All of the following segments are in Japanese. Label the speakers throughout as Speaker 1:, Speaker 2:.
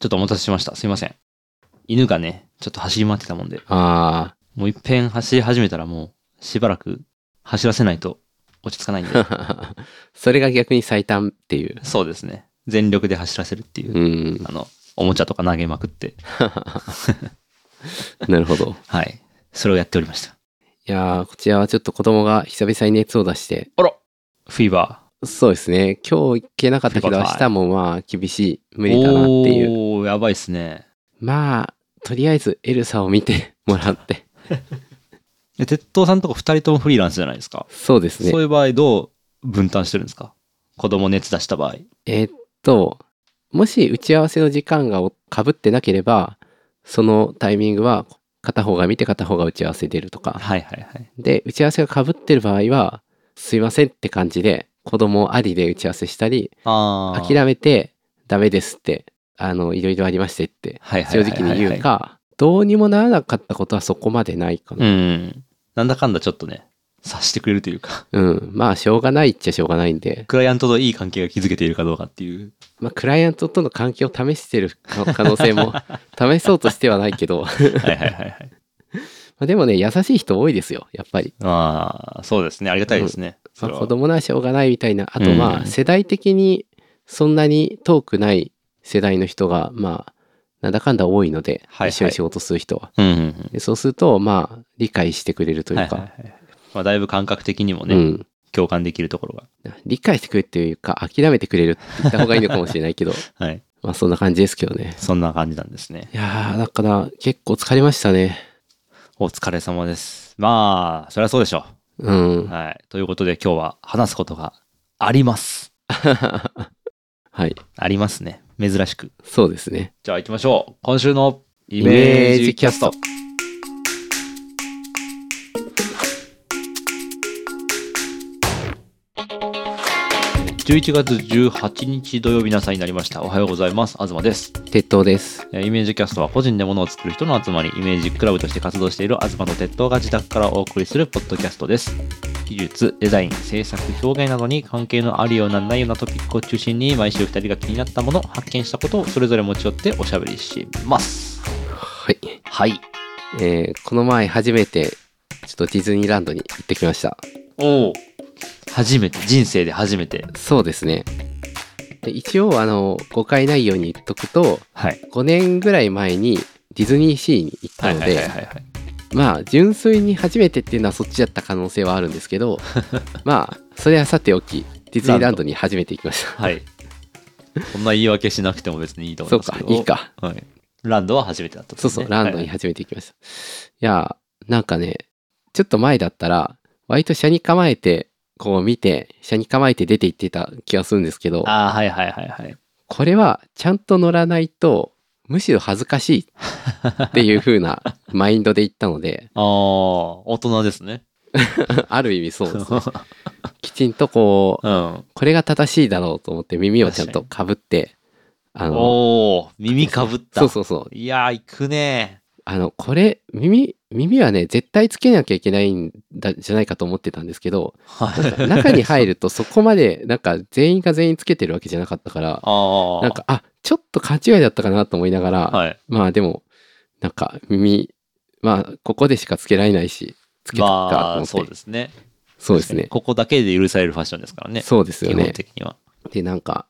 Speaker 1: ちょっとお待たせしました。すいません。犬がね、ちょっと走り回ってたもんで、
Speaker 2: あ
Speaker 1: もう一遍走り始めたらもう、しばらく走らせないと落ち着かないん で。
Speaker 2: あ。それが逆に最短っていう。
Speaker 1: そうですね。全力で走らせるっていう、
Speaker 2: うん。
Speaker 1: あの、おもちゃとか投げまくって、
Speaker 2: なるほど。
Speaker 1: はい。それをやっておりました。
Speaker 2: いやー、こちらはちょっと子供が久々に熱を出して、
Speaker 1: フィーバ
Speaker 2: そうですね。今日行けなかったけど、
Speaker 1: 手応え
Speaker 2: 明日もまあ厳しい。無
Speaker 1: ー。
Speaker 2: 理だなっていう。
Speaker 1: おー、やばいっすね。
Speaker 2: まあ、とりあえずエルサを見てもらって。
Speaker 1: え鉄塔さんとこ二人ともフリーランスじゃないですか。
Speaker 2: そうです
Speaker 1: そう
Speaker 2: ね。
Speaker 1: いう場合どう分担してるんですか子供熱出した場合。
Speaker 2: えーっと、もし打ち合わせの時間がかぶってなければ、そのタイミングは片方が見て片方が打ち合わせ出るとか。
Speaker 1: はいはいはい。
Speaker 2: で、打ち合わせがかぶってる場合は、すいませんって感じで、子供ありで打ち合わせしたり、
Speaker 1: あー。
Speaker 2: 諦めてダメですって、あの、いろいろありましてって
Speaker 1: はいはい
Speaker 2: 正
Speaker 1: はいはい
Speaker 2: 直に言う。か、どうにもならなかったことはそこまでないか
Speaker 1: う
Speaker 2: な。
Speaker 1: ん。なんだかんだちょっとね、察してくれるというか、
Speaker 2: うん。まあ、しょうがないっちゃしょうがないんで、
Speaker 1: クライアントといい関係が築けているかどうかっていう。
Speaker 2: まあ、クライアントとの関係を試してる可可能性 も、試そうとしてはないけど、ま
Speaker 1: はいはいはいはい。
Speaker 2: あでもね、優しい人多いですよ、やっぱり。
Speaker 1: まあ、そうですね。ありがたいですね。そ
Speaker 2: まあ、
Speaker 1: れは
Speaker 2: 子供ならしょうがないみたいな、あとま
Speaker 1: うん
Speaker 2: あ、世代的にそんなに遠くない世代の人が、まあ、なんだかんだ多いので、
Speaker 1: はいはい
Speaker 2: 一緒に仕事する人は。
Speaker 1: うんうんうん。
Speaker 2: でそうすると、まあ、理解してくれるというか、
Speaker 1: はいはいはいまあ、だいぶ感覚的にもね、
Speaker 2: うん。
Speaker 1: 共感できるところ
Speaker 2: 理解してくれるというか諦めてくれるって言った方がいいのかもしれないけど
Speaker 1: が。はい。
Speaker 2: まあそんな感じですけどね
Speaker 1: そんな感じなんですね。
Speaker 2: いやーだから結構疲れましたね
Speaker 1: お疲れ様です。まあ、そりゃそうでしょ
Speaker 2: うん
Speaker 1: う。
Speaker 2: は
Speaker 1: はい。ということで今日は話すことがあります。
Speaker 2: い
Speaker 1: ありますね。珍しく。
Speaker 2: そうですね
Speaker 1: じゃあ行きましょう。今週のイメ
Speaker 2: メ
Speaker 1: ー
Speaker 2: ー
Speaker 1: ジ
Speaker 2: ジ
Speaker 1: キ
Speaker 2: キ
Speaker 1: ャ
Speaker 2: ャ
Speaker 1: ス
Speaker 2: ス
Speaker 1: ト
Speaker 2: ト。
Speaker 1: 11月18日土曜日の朝になりました。おはようございます。東です。
Speaker 2: 鉄塔です
Speaker 1: えーイメージキャストは個人で物を作る人の集まり、イメージクラブとして活動している東と鉄塔が自宅からお送りするポッドキャストです。技術、デザイン、制作、表現などに関係のあるようなないようなトピックを中心に毎週2人が気になったもの、発見したことをそれぞれ持ち寄っておしゃべりします。
Speaker 2: はい
Speaker 1: はい。
Speaker 2: えー、この前初めてちょっとディズニーランドに行ってきました
Speaker 1: おお。初めて、人生で初めて。
Speaker 2: そうですねで一応あの誤解ないように言っとくと
Speaker 1: はい。
Speaker 2: 5年ぐらい前にディズニーシーに行ったので、
Speaker 1: い。
Speaker 2: まあ純粋に初めてっていうのはそっちだった可能性はあるんですけ どまあそれはさておきディズニーランドに初めて行きました
Speaker 1: はい。こんな言い訳しなくても別にいいと思い
Speaker 2: そう
Speaker 1: ます
Speaker 2: か
Speaker 1: けど。
Speaker 2: いい。か
Speaker 1: はい。ランドは初めてだったって
Speaker 2: そ
Speaker 1: ね、
Speaker 2: うそうランド
Speaker 1: はい
Speaker 2: に初めて行きました、いやなんかねちょっと前だったら割と車に構えてこう見て車に構えて出て行ってた気がするんですけど
Speaker 1: ああ、はいはいはいはい。
Speaker 2: これはちゃんと乗らないとむしろ恥ずかしいっていう風なマインドで行ったの で
Speaker 1: ああ、大人ですね。
Speaker 2: ある意味そうです
Speaker 1: う。
Speaker 2: きちんとこうんこれが正しいだろうと思って耳をちゃんとかぶって、あの、
Speaker 1: おお、耳かぶった。
Speaker 2: そうそうそう。
Speaker 1: いやー、行くね
Speaker 2: あの、これ、耳、耳はね、絶対つけなきゃいけないんだ、じゃないかと思ってたんですけ ど、な んか
Speaker 1: ー。
Speaker 2: 中に入るとそこまで、なんか全員が全員つけてるわけじゃなかったから、
Speaker 1: ああ。
Speaker 2: なん、か、あ、ちょっと勘違いだったかなと思いながら、
Speaker 1: はい。
Speaker 2: まあでも、なんか耳、まあ、ここでしかつけられないし、つけたか
Speaker 1: まあ、
Speaker 2: と
Speaker 1: そ
Speaker 2: 思
Speaker 1: う
Speaker 2: って。
Speaker 1: ですね。
Speaker 2: そうですね。
Speaker 1: ここだけで許されるファッションですからね。
Speaker 2: そうですよ
Speaker 1: 基
Speaker 2: ね
Speaker 1: 本。的には。
Speaker 2: で、なんか、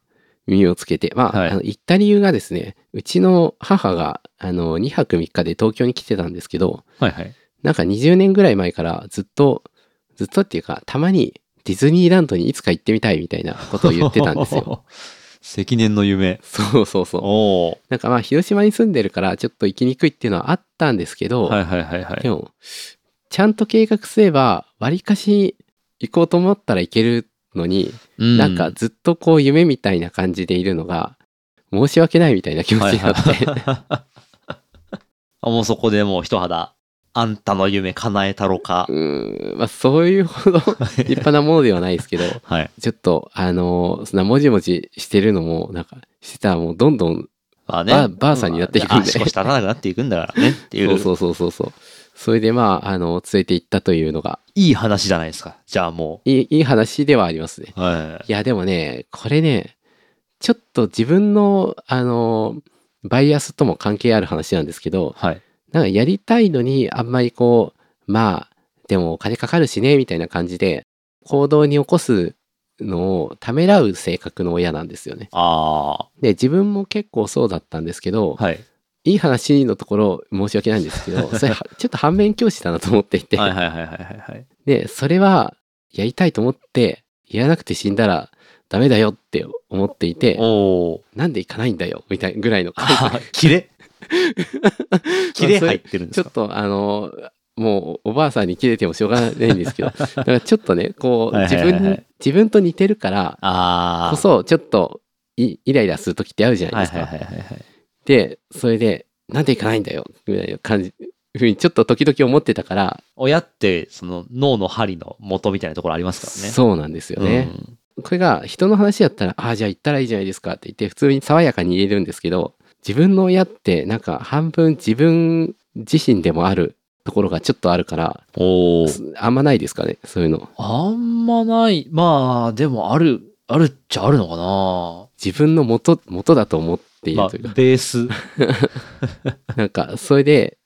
Speaker 2: 耳をつけて、まあ、
Speaker 1: はい
Speaker 2: あの行った理由がですね、うちの母が、あの、2泊3日で東京に来てたんですけど、
Speaker 1: はい はい。
Speaker 2: なんか20年ぐらい前からずっと、ずっとっていうか、たまにディズニーランドにいつか行ってみたいみたいなことを言ってたんで すよ。。
Speaker 1: 積年の夢。
Speaker 2: そうそうそう。
Speaker 1: おお。
Speaker 2: なんかまあ、広島に住んでるから、ちょっと行きにくいっていうのはあったんですけど、
Speaker 1: はいはいはいはい
Speaker 2: で。も、ちゃんと計画すれば、わりかし行こうと思ったらいけるのに、
Speaker 1: うん
Speaker 2: なんかずっとこう夢みたいな感じでいるのが申し訳ないみたいな気持ちになって、
Speaker 1: あ もうそこでもう一肌、あんたの夢叶えたろ か
Speaker 2: う。ーんまあそういうほど 立派なものではないですけど
Speaker 1: はい。
Speaker 2: ちょっとあのーそんなもじもじしてるのもなんかしてたらもうどんどん
Speaker 1: まあね。
Speaker 2: ばばあさんになっていくんで
Speaker 1: まあね足腰立たなくなっていくんだからねっていう。
Speaker 2: そうそうそうそうそうそれでまああの連れて行ったというのが
Speaker 1: いい話じゃないですか。じゃあも
Speaker 2: いいいい話ではありますね
Speaker 1: う。はい
Speaker 2: やでもねこれねちょっと自分のあのーバイアスとも関係ある話なんですけど、
Speaker 1: はい。
Speaker 2: なんかやりたいのにあんまりこう、まあ、でもお金かかるしね、みたいな感じで、行動に起こすのをためらう性格の親なんですよね。
Speaker 1: あ
Speaker 2: で、自分も結構そうだったんですけど、
Speaker 1: ー。はい。
Speaker 2: いい話のところ申し訳ないんです けど、それはちょっと反面教師だなと思っていて、
Speaker 1: はいはいはいはいはいはい。
Speaker 2: で、それはやりたいと思って、やらなくて死んだらダメだよって思っていて、
Speaker 1: おー。
Speaker 2: なんで行かないんだよ、みたいなぐらいの感
Speaker 1: あーキレ キレ入ってるんで
Speaker 2: ち
Speaker 1: す
Speaker 2: ょ
Speaker 1: か
Speaker 2: っとあのもうおばあさんに切れてもしょうがないんで すけどだからちょっとねこう
Speaker 1: はいは
Speaker 2: 自
Speaker 1: いはいはい
Speaker 2: 分自分と似てるから
Speaker 1: あー。
Speaker 2: こそちょっとイイライラする時ってあるじゃな
Speaker 1: はい
Speaker 2: いですか。
Speaker 1: はいはいはいはい。
Speaker 2: でそれで「なんで行かないんだよ」みたいな感じふうにちょっと時々思ってたから、
Speaker 1: 親って、その脳の針の元みたいなところありますからね。
Speaker 2: そうなんですよね。
Speaker 1: うん
Speaker 2: これが人の話だったら「ああじゃあ行ったらいいじゃないですか」って言って普通に爽やかに言えるんですけど自分の親ってなんか半分自分自身でもあるところがちょっとあるから
Speaker 1: おー。
Speaker 2: あんまないですかねそういうの。
Speaker 1: あんまない。まあ、でもある、あるっちゃあるのかな
Speaker 2: 自分の元元だと思ってい
Speaker 1: まあ
Speaker 2: るというか、
Speaker 1: ベース。
Speaker 2: なんかそれで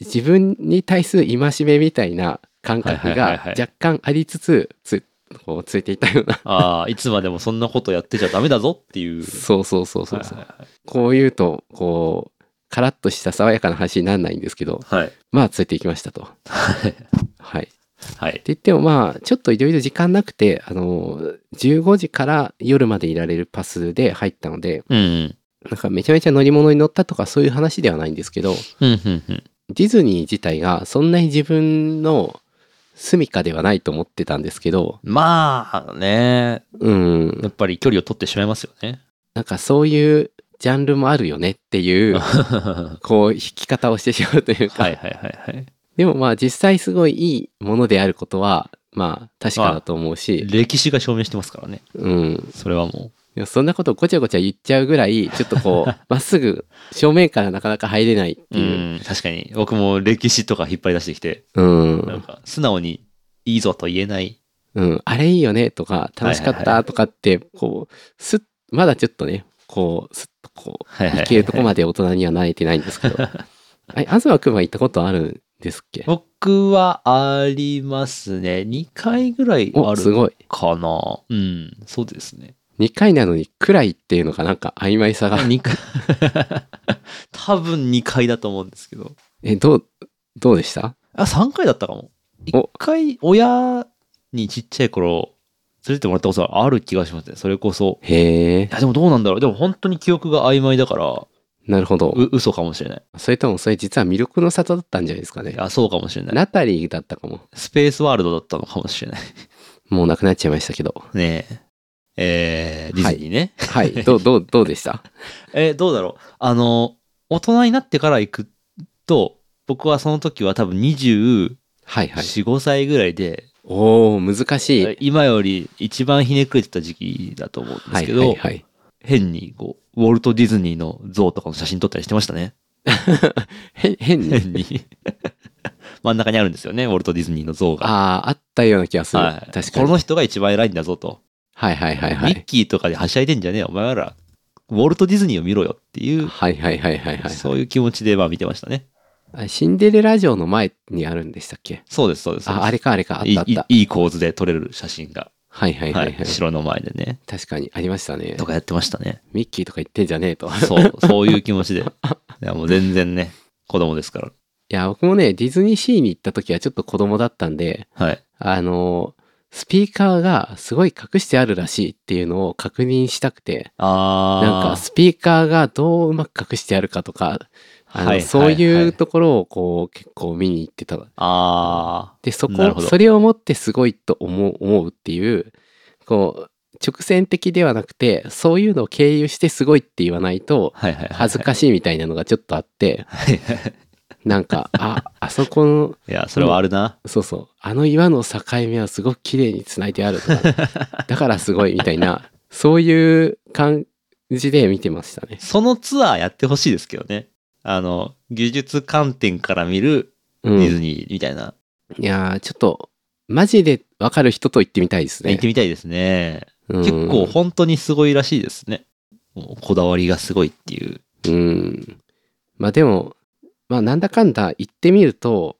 Speaker 2: 自分に対する戒めみたいな感覚
Speaker 1: はいはい
Speaker 2: が
Speaker 1: はいはい
Speaker 2: 若干ありつつつこうついていたような
Speaker 1: ああ、いつまでもそんなことやってちゃダメだぞっていう。
Speaker 2: そうそうそうそうそう、
Speaker 1: はい
Speaker 2: こう言うとこうカラッとした爽やかな話にならないんですけど
Speaker 1: はいはい。
Speaker 2: まあついていきましたと。
Speaker 1: はい。
Speaker 2: はい、って
Speaker 1: はい。
Speaker 2: 言ってもまあちょっといろいろ時間なくてあの15時から夜までいられるパスで入ったので
Speaker 1: うん。
Speaker 2: なんかめちゃめちゃ乗り物に乗ったとかそういう話ではないんですけど
Speaker 1: うん、うん、うん。
Speaker 2: ディズニー自体がそんなに自分の住処ではないと思ってたんですけど、
Speaker 1: まあね、
Speaker 2: うん
Speaker 1: や、っぱり距離を取ってしまいますよね。
Speaker 2: なんかそういうジャンルもあるよねって いう、
Speaker 1: は
Speaker 2: こう、引き方をしてしまうという
Speaker 1: い
Speaker 2: か、
Speaker 1: はいはいはい。
Speaker 2: でもまあ実際すごいいいものであることは、まあ確かだと思うし、
Speaker 1: 歴史が証明してますからね。
Speaker 2: うん。
Speaker 1: それはも
Speaker 2: でもそんなことをごちゃごちゃ言っちゃうぐらい、ちょっと こう、まっすぐ正面からなかなか入れないって
Speaker 1: う。う
Speaker 2: いう。
Speaker 1: ん、確かに。僕も歴史とか引っ張り出してきて、
Speaker 2: うん。う
Speaker 1: なん
Speaker 2: ん。
Speaker 1: か素直にいいぞと言えない。
Speaker 2: あれいいよねとか、楽し
Speaker 1: は
Speaker 2: かっ
Speaker 1: いはいは
Speaker 2: たとかって、こう、すっ、まだちょっとね、こう、すっとこう、
Speaker 1: はいはいはい
Speaker 2: 行けるとこまで大人には慣れてないんです けど。あれ、東くんは行ったことあるんですっけ
Speaker 1: 僕はありますね。2回ぐらいあ
Speaker 2: お、す
Speaker 1: る
Speaker 2: ごい。
Speaker 1: かな。うん、そうですね。
Speaker 2: 2回なのに、くらいっていうのがなんか曖昧 さが。
Speaker 1: 2回多分2回だと思うんですけど
Speaker 2: え、どう、どうでした
Speaker 1: あ3回だったかも
Speaker 2: お
Speaker 1: 1回親にちっちゃい頃連れてってもらったことがある気がしますねそれこそ
Speaker 2: へえ
Speaker 1: い、やでもどうなんだろうでも本当に記憶が曖昧だから
Speaker 2: なるほど。
Speaker 1: う嘘かもしれない
Speaker 2: それとも、それ実は魅力の里だったんじゃないですか
Speaker 1: い
Speaker 2: ね。
Speaker 1: やそうかもしれない
Speaker 2: ナタリーだったかも。
Speaker 1: スペースワールドだったのかもしれない
Speaker 2: もうなくなっちゃいましたけど。
Speaker 1: ねええーディズニーね、
Speaker 2: はい。どう、どう、どうでした
Speaker 1: えーどうだろうあの大人になってから行くと僕はその時は多分24、
Speaker 2: はいはい。
Speaker 1: 5歳ぐらいで
Speaker 2: おー、難しい。
Speaker 1: 今より一番ひねくれてた時期だと思うんで
Speaker 2: は
Speaker 1: す
Speaker 2: い
Speaker 1: けど、
Speaker 2: はいはい。
Speaker 1: 変にこう、ウォルト・ディズニーの像とかの写真撮ったりしてましたね。
Speaker 2: へ変に。
Speaker 1: 変に。 真ん中にあるんですよね、ウォルト・ディズニーの像が。
Speaker 2: あー、あったような気がする。
Speaker 1: はい、
Speaker 2: 確か
Speaker 1: こ
Speaker 2: に。
Speaker 1: の人が一番偉いんだぞと。
Speaker 2: はいはいはいは
Speaker 1: ミッ
Speaker 2: い。
Speaker 1: キーとかではしゃいでんじゃねえよ、お前ら。ウォルト・ディズニーを見ろよっていう、
Speaker 2: はいはいはいはいはい。
Speaker 1: そういう気持ちでまあ見てましたね。
Speaker 2: あシンデレラ城の前にあるんでしたっけ
Speaker 1: そうです、そうです。
Speaker 2: あ、あれかあれか、あっ
Speaker 1: いい
Speaker 2: たあった。
Speaker 1: いい構図で撮れる写真が、
Speaker 2: はいはいはいは
Speaker 1: はいい。城の前でね、
Speaker 2: 確かに、ありましたね
Speaker 1: と。かやってました ね。
Speaker 2: ミッキーとか言ってんじゃねえと。い
Speaker 1: そう、そういう気持ちで。いや、もう全然ね、子供ですから。
Speaker 2: や、僕もね、ディズニーシーに行った時はちょっと子供だったんで、
Speaker 1: はい。
Speaker 2: あの、スピーカーがすごい隠してあるらしいっていうのを確認したくて、
Speaker 1: あ
Speaker 2: なんかスピーカーがどううまく隠してあるかとか、あの
Speaker 1: はいはいはい
Speaker 2: そういうところをこう結構見に行ってた。
Speaker 1: あ
Speaker 2: で、そ
Speaker 1: なるほ
Speaker 2: こ、
Speaker 1: ど
Speaker 2: それをもってすごいと思う思うっていう、こう、直線的ではなくて、そういうのを経由してすごいって言わないと、
Speaker 1: あ、はいはいはいはい。
Speaker 2: 恥ずかしいみたいなのがちょっとあって、
Speaker 1: はいはい
Speaker 2: なんか、あ、あそこの、
Speaker 1: いや、それはあるな。
Speaker 2: そうそう、あの岩の境目はすごく綺麗に繋いであるとか、だからすごいみたいな、そういう感じで見てましたね。
Speaker 1: そのツアーやってほしいですけどね。あの、技術観点から見る
Speaker 2: う
Speaker 1: デ
Speaker 2: ん。
Speaker 1: ィズ
Speaker 2: い
Speaker 1: ニーみたいな。
Speaker 2: やーちょっと、マジでわかる人と行ってみたいですね。
Speaker 1: 行ってみたいですね。
Speaker 2: うん
Speaker 1: 結構本当にすごいらしいですね。もうこだわりがすごいっていう。
Speaker 2: うん。まあでも、まあなんだかんだ言ってみると、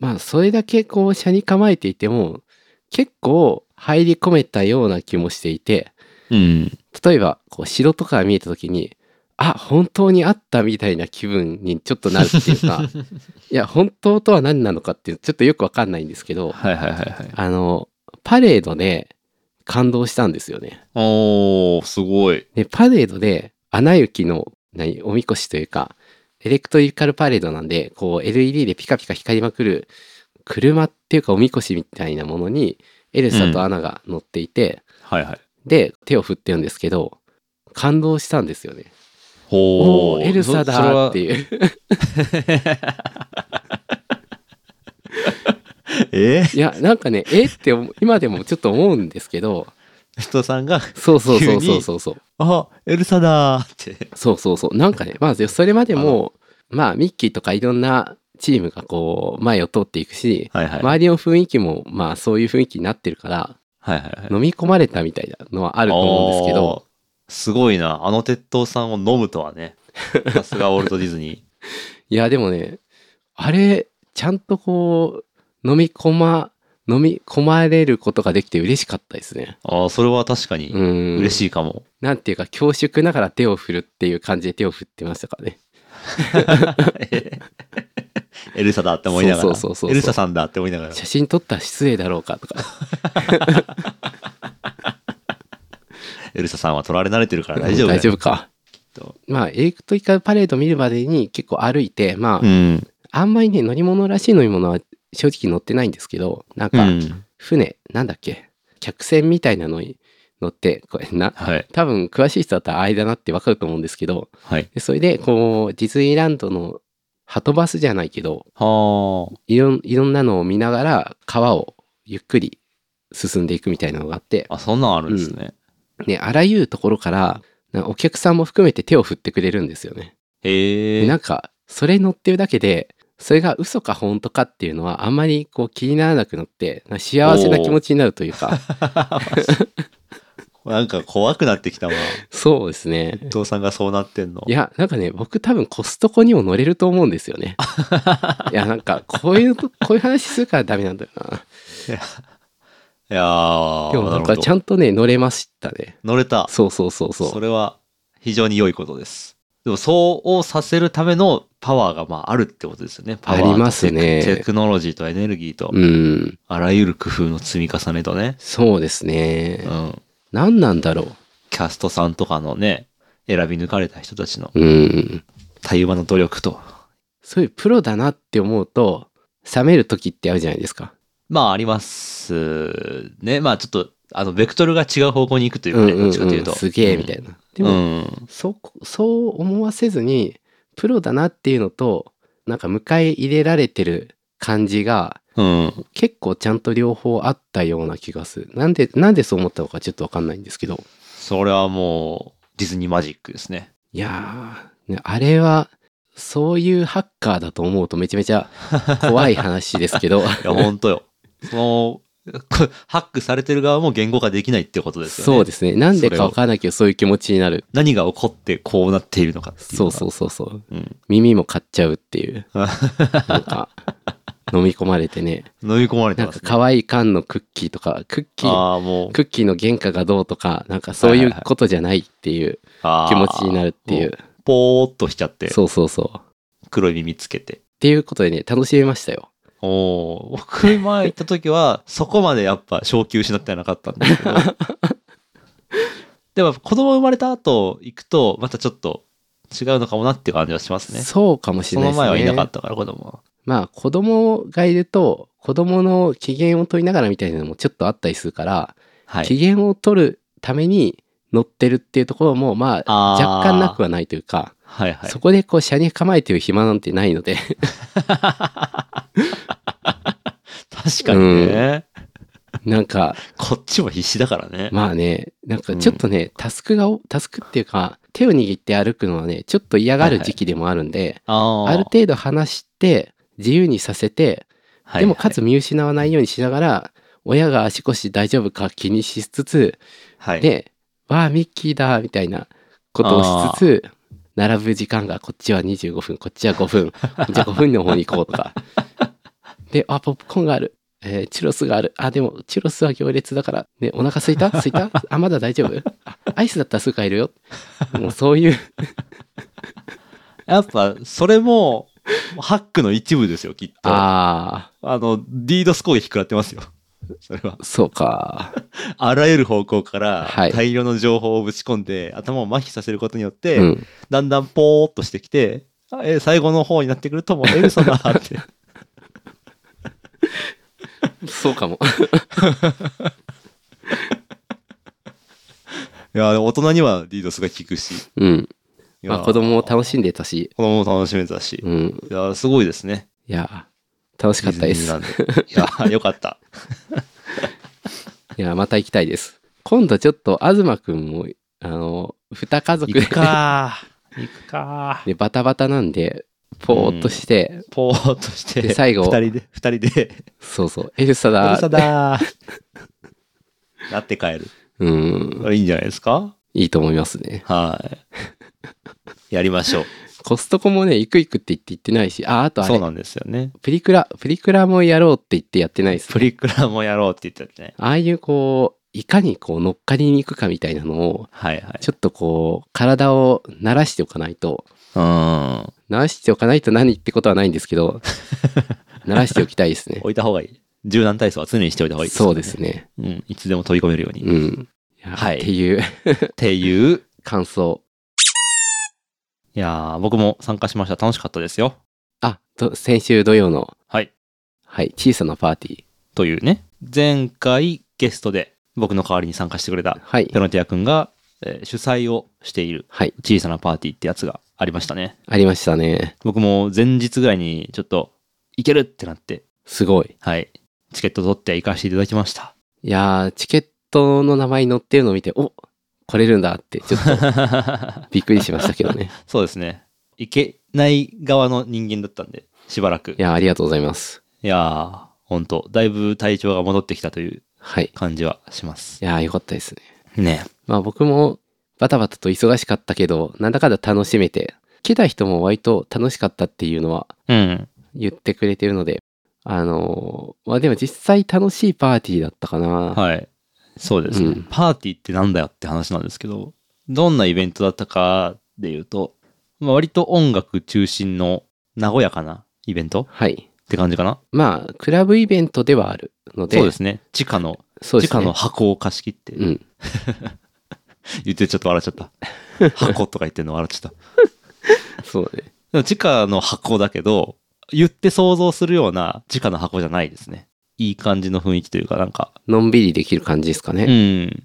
Speaker 2: まあそれだけこう、車に構えていても、結構入り込めたような気もしていて、
Speaker 1: うん。
Speaker 2: 例えば、こう、城とか見えた時に、あ、本当にあったみたいな気分にちょっとなるっていうか、いや、本当とは何なのかっていう、ちょっとよくわかんないんですけど、
Speaker 1: はいはいはいはい。
Speaker 2: あの、パレードで感動したんですよね。
Speaker 1: おー、すごい。
Speaker 2: で、パレードで、アナ雪の、何、おみこしというか、エレクトリカルパレードなんで、こう、LED でピカピカ光りまくる、車っていうか、おみこしみたいなものに、エルサとアナが乗っていて、
Speaker 1: はいはい。
Speaker 2: で、手を振ってるんですけど、感動したんですよね。
Speaker 1: ほ
Speaker 2: お
Speaker 1: ー
Speaker 2: ーエルサ
Speaker 1: そそれ
Speaker 2: だー
Speaker 1: は
Speaker 2: っていう。
Speaker 1: え
Speaker 2: いや、なんかね、えって思う今でもちょっと思うんですけど、
Speaker 1: 人さんが、
Speaker 2: そうそうそうそうそうそう。
Speaker 1: あ、エルサだーって。
Speaker 2: そうそうそう。なんかね、まあ、それまでも、まあ、ミッキーとかいろんなチームがこう、前を通っていくし、
Speaker 1: はいはい。はい
Speaker 2: 周りの雰囲気も、まあ、そういう雰囲気になってるから、
Speaker 1: はいはい。
Speaker 2: 飲み込まれたみたいなのはあると思うんですけど、
Speaker 1: おー。すごいな。あの鉄塔さんを飲むとはね。さすがオールトディズニ
Speaker 2: いや、でもね、あれ、ちゃんとこう、飲み込ま、飲み込まれることができて嬉しかったですね。
Speaker 1: ー。ああ、それは確か
Speaker 2: う
Speaker 1: に
Speaker 2: ん。
Speaker 1: 嬉
Speaker 2: い。
Speaker 1: しいかも。
Speaker 2: なんていうか、恐縮ながら手を振るっていう感じで手を振ってましたからね。
Speaker 1: エルサだって思いながら。
Speaker 2: そうそうそうそう
Speaker 1: エルサさんだって思いながら。
Speaker 2: 写真撮ったら失礼だろうかとか。
Speaker 1: エルサさんは取られ慣れてるから 大丈夫だよ。
Speaker 2: 大丈夫か。
Speaker 1: と
Speaker 2: まあ、エレクトリカルパレード見るまでに結構歩いて、まあ、
Speaker 1: うん。
Speaker 2: あんまりね、乗り物らしい乗り物は正直乗ってないんですけど、なん
Speaker 1: う
Speaker 2: か、
Speaker 1: ん。
Speaker 2: 船、なんだっけ、客船みたいなのに乗って、これな、
Speaker 1: はい。
Speaker 2: 多分詳しい人だったら間だなってわかると思うんですけど、
Speaker 1: はい。
Speaker 2: でそれで、こう、ディズニーランドのハトバスじゃないけど、
Speaker 1: はあ。
Speaker 2: いろんいろんなのを見ながら川をゆっくり進んでいくみたいなのがあって、
Speaker 1: あ、そんなんあるんですね。
Speaker 2: ね、あらゆるところから、なお客さんも含めて手を振ってくれるんですよね。
Speaker 1: へ
Speaker 2: で
Speaker 1: え。
Speaker 2: な
Speaker 1: は
Speaker 2: んか、それ乗ってるだけで、それが嘘か本当かっていうのはあんまりこう気にならなくなって、なんか幸せな気持ちになるとい うか、
Speaker 1: ははなんか怖くなって きたわ。
Speaker 2: そうですね。
Speaker 1: 伊藤さんがそうなってんの
Speaker 2: い。や、なんかね、僕多分コストコにも乗れると思うんです よね。いや、なんか、こういうと、こういう話するからダメなんだよな。
Speaker 1: いやー、
Speaker 2: でもなんかちゃ
Speaker 1: ん
Speaker 2: んとね、乗れましたね。
Speaker 1: 乗れた。
Speaker 2: そうそうそうそう。
Speaker 1: それは非常に良いことです。でも、そうさせるためのパワーがまああるってことですよね。パワーと
Speaker 2: ありますね
Speaker 1: テクテクノロジーとエネルギーと、
Speaker 2: うん、
Speaker 1: あらゆる工夫の積み重ねとね。
Speaker 2: そうですね。
Speaker 1: うん。
Speaker 2: 何なんだろ
Speaker 1: キャストさんとかのね、選び抜かれた人たちの
Speaker 2: う。うん。
Speaker 1: たゆまの努力と。
Speaker 2: そういうプロだなって思うと、冷める時ってあるじゃないですか。
Speaker 1: まあ、ありますね。まあ、ちょっと、あの、ベクトルが違う方向に行くというかね、どっちかというと。
Speaker 2: すげえみた
Speaker 1: い
Speaker 2: いな。で
Speaker 1: な
Speaker 2: も、
Speaker 1: うん。
Speaker 2: そこそう思わせずにプロだなっていうのとなんか迎え入れられてる感じが
Speaker 1: うん。
Speaker 2: 結構ちゃんと両方あったような気がするなんでなんでそう思ったのかちょっとわかんないんですけど
Speaker 1: それはもう、ディズニーマジックですね。
Speaker 2: いやー、ね、あれはそういうハッカーだと思うとめちゃめちゃ怖い話です けど
Speaker 1: いや、ほん とよ。その、こハックされてる側も言語化できないってことですよね。
Speaker 2: そうですねなんで
Speaker 1: それ
Speaker 2: か
Speaker 1: を
Speaker 2: わからないけどそういう気持ちになる
Speaker 1: 何が起こってこうなっているのかっていう
Speaker 2: そ
Speaker 1: の
Speaker 2: う
Speaker 1: が。
Speaker 2: そううそうそう
Speaker 1: そう。ん。
Speaker 2: 耳も買っちゃうっ ていうなんか飲み込まれてね
Speaker 1: 飲み込まれて
Speaker 2: なん
Speaker 1: ま
Speaker 2: か
Speaker 1: す、ね。
Speaker 2: 可愛い缶のクッキーとかクッキー
Speaker 1: ああ、もう、
Speaker 2: クッキーの原価がどうとか、なんかそういうことじゃないっていう
Speaker 1: あー
Speaker 2: 気持ちになるっていう。。
Speaker 1: ぽーっとしちゃって、
Speaker 2: そうそうそう。っ
Speaker 1: 黒い耳つけて。
Speaker 2: ていうことでね、楽しめましたよ。
Speaker 1: おお僕前行った時は、そこまでやっぱ昇級しなってはなかったんですけど。でも、子供生まれた後行くと、またちょっと違うのかもなっていう感じはしますね。
Speaker 2: そうかもし
Speaker 1: そ
Speaker 2: れない
Speaker 1: の
Speaker 2: ですね。
Speaker 1: 前はいなかったから、子供は。
Speaker 2: まあ子供がいると、子供の機嫌を取りながらみたいなのもちょっとあったりするから、
Speaker 1: はい。
Speaker 2: 機嫌を取るために乗ってるっていうところも、まあ
Speaker 1: あー
Speaker 2: 若干なくはないというか、
Speaker 1: はいはい
Speaker 2: そ。こでこう車に構えてる暇なんてないので、
Speaker 1: 確かにね、
Speaker 2: なんか
Speaker 1: こっちも必死だからね。
Speaker 2: まあね、なんかちょっとね、タスクがお、タスクっていうか、手を握って歩くのはね、ちょっと嫌がる時期でもあるんで、
Speaker 1: あー
Speaker 2: ある程度話して、自由にさせて、
Speaker 1: はいはい
Speaker 2: でもかつ見失わないようにしながら、親が足腰大丈夫か気にしつつ、
Speaker 1: はい。
Speaker 2: で、わあ、ミッキーだ、みたいなことをしつつ、並ぶ時間がこっちは25分こっちは5分 じゃあ5分の方に行こうとかであポップコーンがある、えーチュロスがあるあでもチュロスは行列だからねお腹すいたすいたあまだ大丈夫あアイスだったらすぐ帰るよもうそういう
Speaker 1: やっぱ、それも、ハックの一部ですよ、きっと。 あ
Speaker 2: あ
Speaker 1: の、ディードス攻撃食らってますよ。それは。
Speaker 2: あそうか
Speaker 1: あらゆる方向から
Speaker 2: はい
Speaker 1: 大量の情報をぶち込んで、頭を麻痺させることによって、
Speaker 2: うん
Speaker 1: だんだんポーっとしてきて、あえ最後の方になってくる ともうエルソンだって
Speaker 2: そうかも
Speaker 1: いや大人にはリードスが効くしい
Speaker 2: うん
Speaker 1: や
Speaker 2: まあ子供も楽しんでたし
Speaker 1: 子供も楽しめてたし、
Speaker 2: うん
Speaker 1: いやすごいですね
Speaker 2: いや楽しかったです
Speaker 1: ディズニーランドいやよかった
Speaker 2: いや、また行きたいです。今度ちょっと、東くんも、あの、二家族
Speaker 1: 行
Speaker 2: で
Speaker 1: くかー行くかー
Speaker 2: でバタバタなんで、ぽーっとして、
Speaker 1: ポーっとして
Speaker 2: で最後
Speaker 1: 2人で二人で
Speaker 2: そうそう、エルサ
Speaker 1: エ
Speaker 2: だ。
Speaker 1: ルサだ ーなって帰る
Speaker 2: うん、
Speaker 1: いいんじゃないですか
Speaker 2: いいと思いますね。
Speaker 1: はいやりましょう
Speaker 2: コストコもね、行く行くって言って行ってないし、あ、あとあ
Speaker 1: そう
Speaker 2: れ、
Speaker 1: なんですよね
Speaker 2: プリクラ、プリクラもやろうって言ってやってないです
Speaker 1: プ
Speaker 2: ね。
Speaker 1: リクラもやろうって言ってね
Speaker 2: ああいうこう、いかにこう乗っかりに行くかみたいなのを、
Speaker 1: はいはい
Speaker 2: ちょっとこう、体を慣らしておかないと、
Speaker 1: うん
Speaker 2: 慣らしておかないと何ってことはないんです けど、慣らしておきたいですね。
Speaker 1: 置いた方がいい柔軟体操は常にしておいた方がいい
Speaker 2: そうですね。
Speaker 1: うん、いつでも飛び込めるように。
Speaker 2: う
Speaker 1: っ
Speaker 2: ん。
Speaker 1: はい
Speaker 2: っていう
Speaker 1: ていう。
Speaker 2: 感想。
Speaker 1: いやー僕も参加しました。楽しかったですよ。
Speaker 2: あ、と先週土曜の、
Speaker 1: はい。
Speaker 2: はい、小さなパーティー。
Speaker 1: というね。前回ゲストで僕の代わりに参加してくれた
Speaker 2: はい
Speaker 1: ペ。ロンティア君が、えー主催をしている
Speaker 2: はい。
Speaker 1: 小さなパーティーってやつがありましたね。
Speaker 2: ありましたね。
Speaker 1: 僕も前日ぐらいにちょっと行けるってなって、
Speaker 2: すごい。
Speaker 1: はい。チケット取って行かせていただきました。
Speaker 2: いやー、チケットの名前に載ってるのを見て、お来れるんだって、ちょ っとびっくりしましたけどね。
Speaker 1: そうですね。行けない側の人間だったんで、しばらく。
Speaker 2: いやー、ありがとうございます。
Speaker 1: いやー、ほんと、だいぶ体調が戻ってきたという
Speaker 2: はい。
Speaker 1: 感じはします
Speaker 2: い。やー、よかったですね。
Speaker 1: ね
Speaker 2: まあ僕もバタバタと忙しかったけど、なんだかんだ楽しめて、来た人も割と楽しかったっていうのは
Speaker 1: うん。
Speaker 2: 言ってくれてるので、あのーまあでも実際楽しいパーティーだったかな。
Speaker 1: はい。そうですね。
Speaker 2: うん
Speaker 1: パーティーってなんだよって話なんですけど、どんなイベントだったかで言うと、まあ、割と音楽中心の和やかなイベント
Speaker 2: はい。
Speaker 1: って感じかな。
Speaker 2: まあ、クラブイベントではあるので、
Speaker 1: そうですね。地下の、
Speaker 2: そうで
Speaker 1: 地
Speaker 2: すね。
Speaker 1: 下の箱を貸し切って、
Speaker 2: うん。
Speaker 1: 言ってちょっと笑っちゃ った。箱とか言ってるの笑っちゃった。
Speaker 2: そうね。
Speaker 1: でも地下の箱だけど、言って想像するような地下の箱じゃないですね。いい感じの雰囲気というか、なんか、
Speaker 2: のんびりできる感じですか
Speaker 1: う
Speaker 2: ね。
Speaker 1: ん。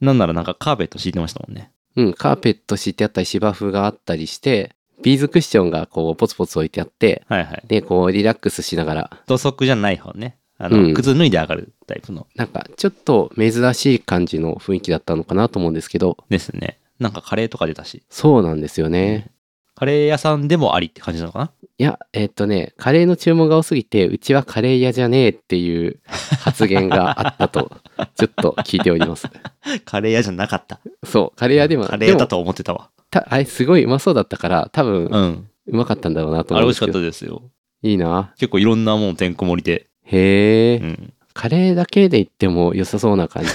Speaker 1: なんならなんかカーペット敷いてましたもんね。
Speaker 2: うん、カーペット敷いてあったり、芝生があったりして、ビーズクッションがこう、ポツポツ置いてあって、
Speaker 1: はいはい。
Speaker 2: で、こう、リラックスしながら、
Speaker 1: 土足じゃない方ね。あの、
Speaker 2: うん
Speaker 1: 靴脱いで上がるタイプの。
Speaker 2: なんか、ちょっと珍しい感じの雰囲気だったのかなと思うんですけど、
Speaker 1: ですね。なんかカレーとか出たし。
Speaker 2: そうなんですよね。
Speaker 1: カレー屋さんでもありって感じなのかない
Speaker 2: や、えっとね、カレーの注文が多すぎて、うちはカレー屋じゃねえっていう発言があったと、ちょっと聞いております。
Speaker 1: カレー屋じゃなかった。
Speaker 2: そう、カレー屋でも、
Speaker 1: カレー屋
Speaker 2: で
Speaker 1: だ
Speaker 2: も
Speaker 1: と思ってたわ。
Speaker 2: たあれすごいうまそうだったから多
Speaker 1: う
Speaker 2: 分
Speaker 1: ん。
Speaker 2: うまかったんだろうなと
Speaker 1: あれ
Speaker 2: 思うん
Speaker 1: 美味し
Speaker 2: です
Speaker 1: か
Speaker 2: け
Speaker 1: っ
Speaker 2: ど
Speaker 1: たですよ。
Speaker 2: いいな
Speaker 1: 結構いろんなもんてんこ盛りで。
Speaker 2: へえ、
Speaker 1: うん。
Speaker 2: カレーだけで言っても良さそう な感じい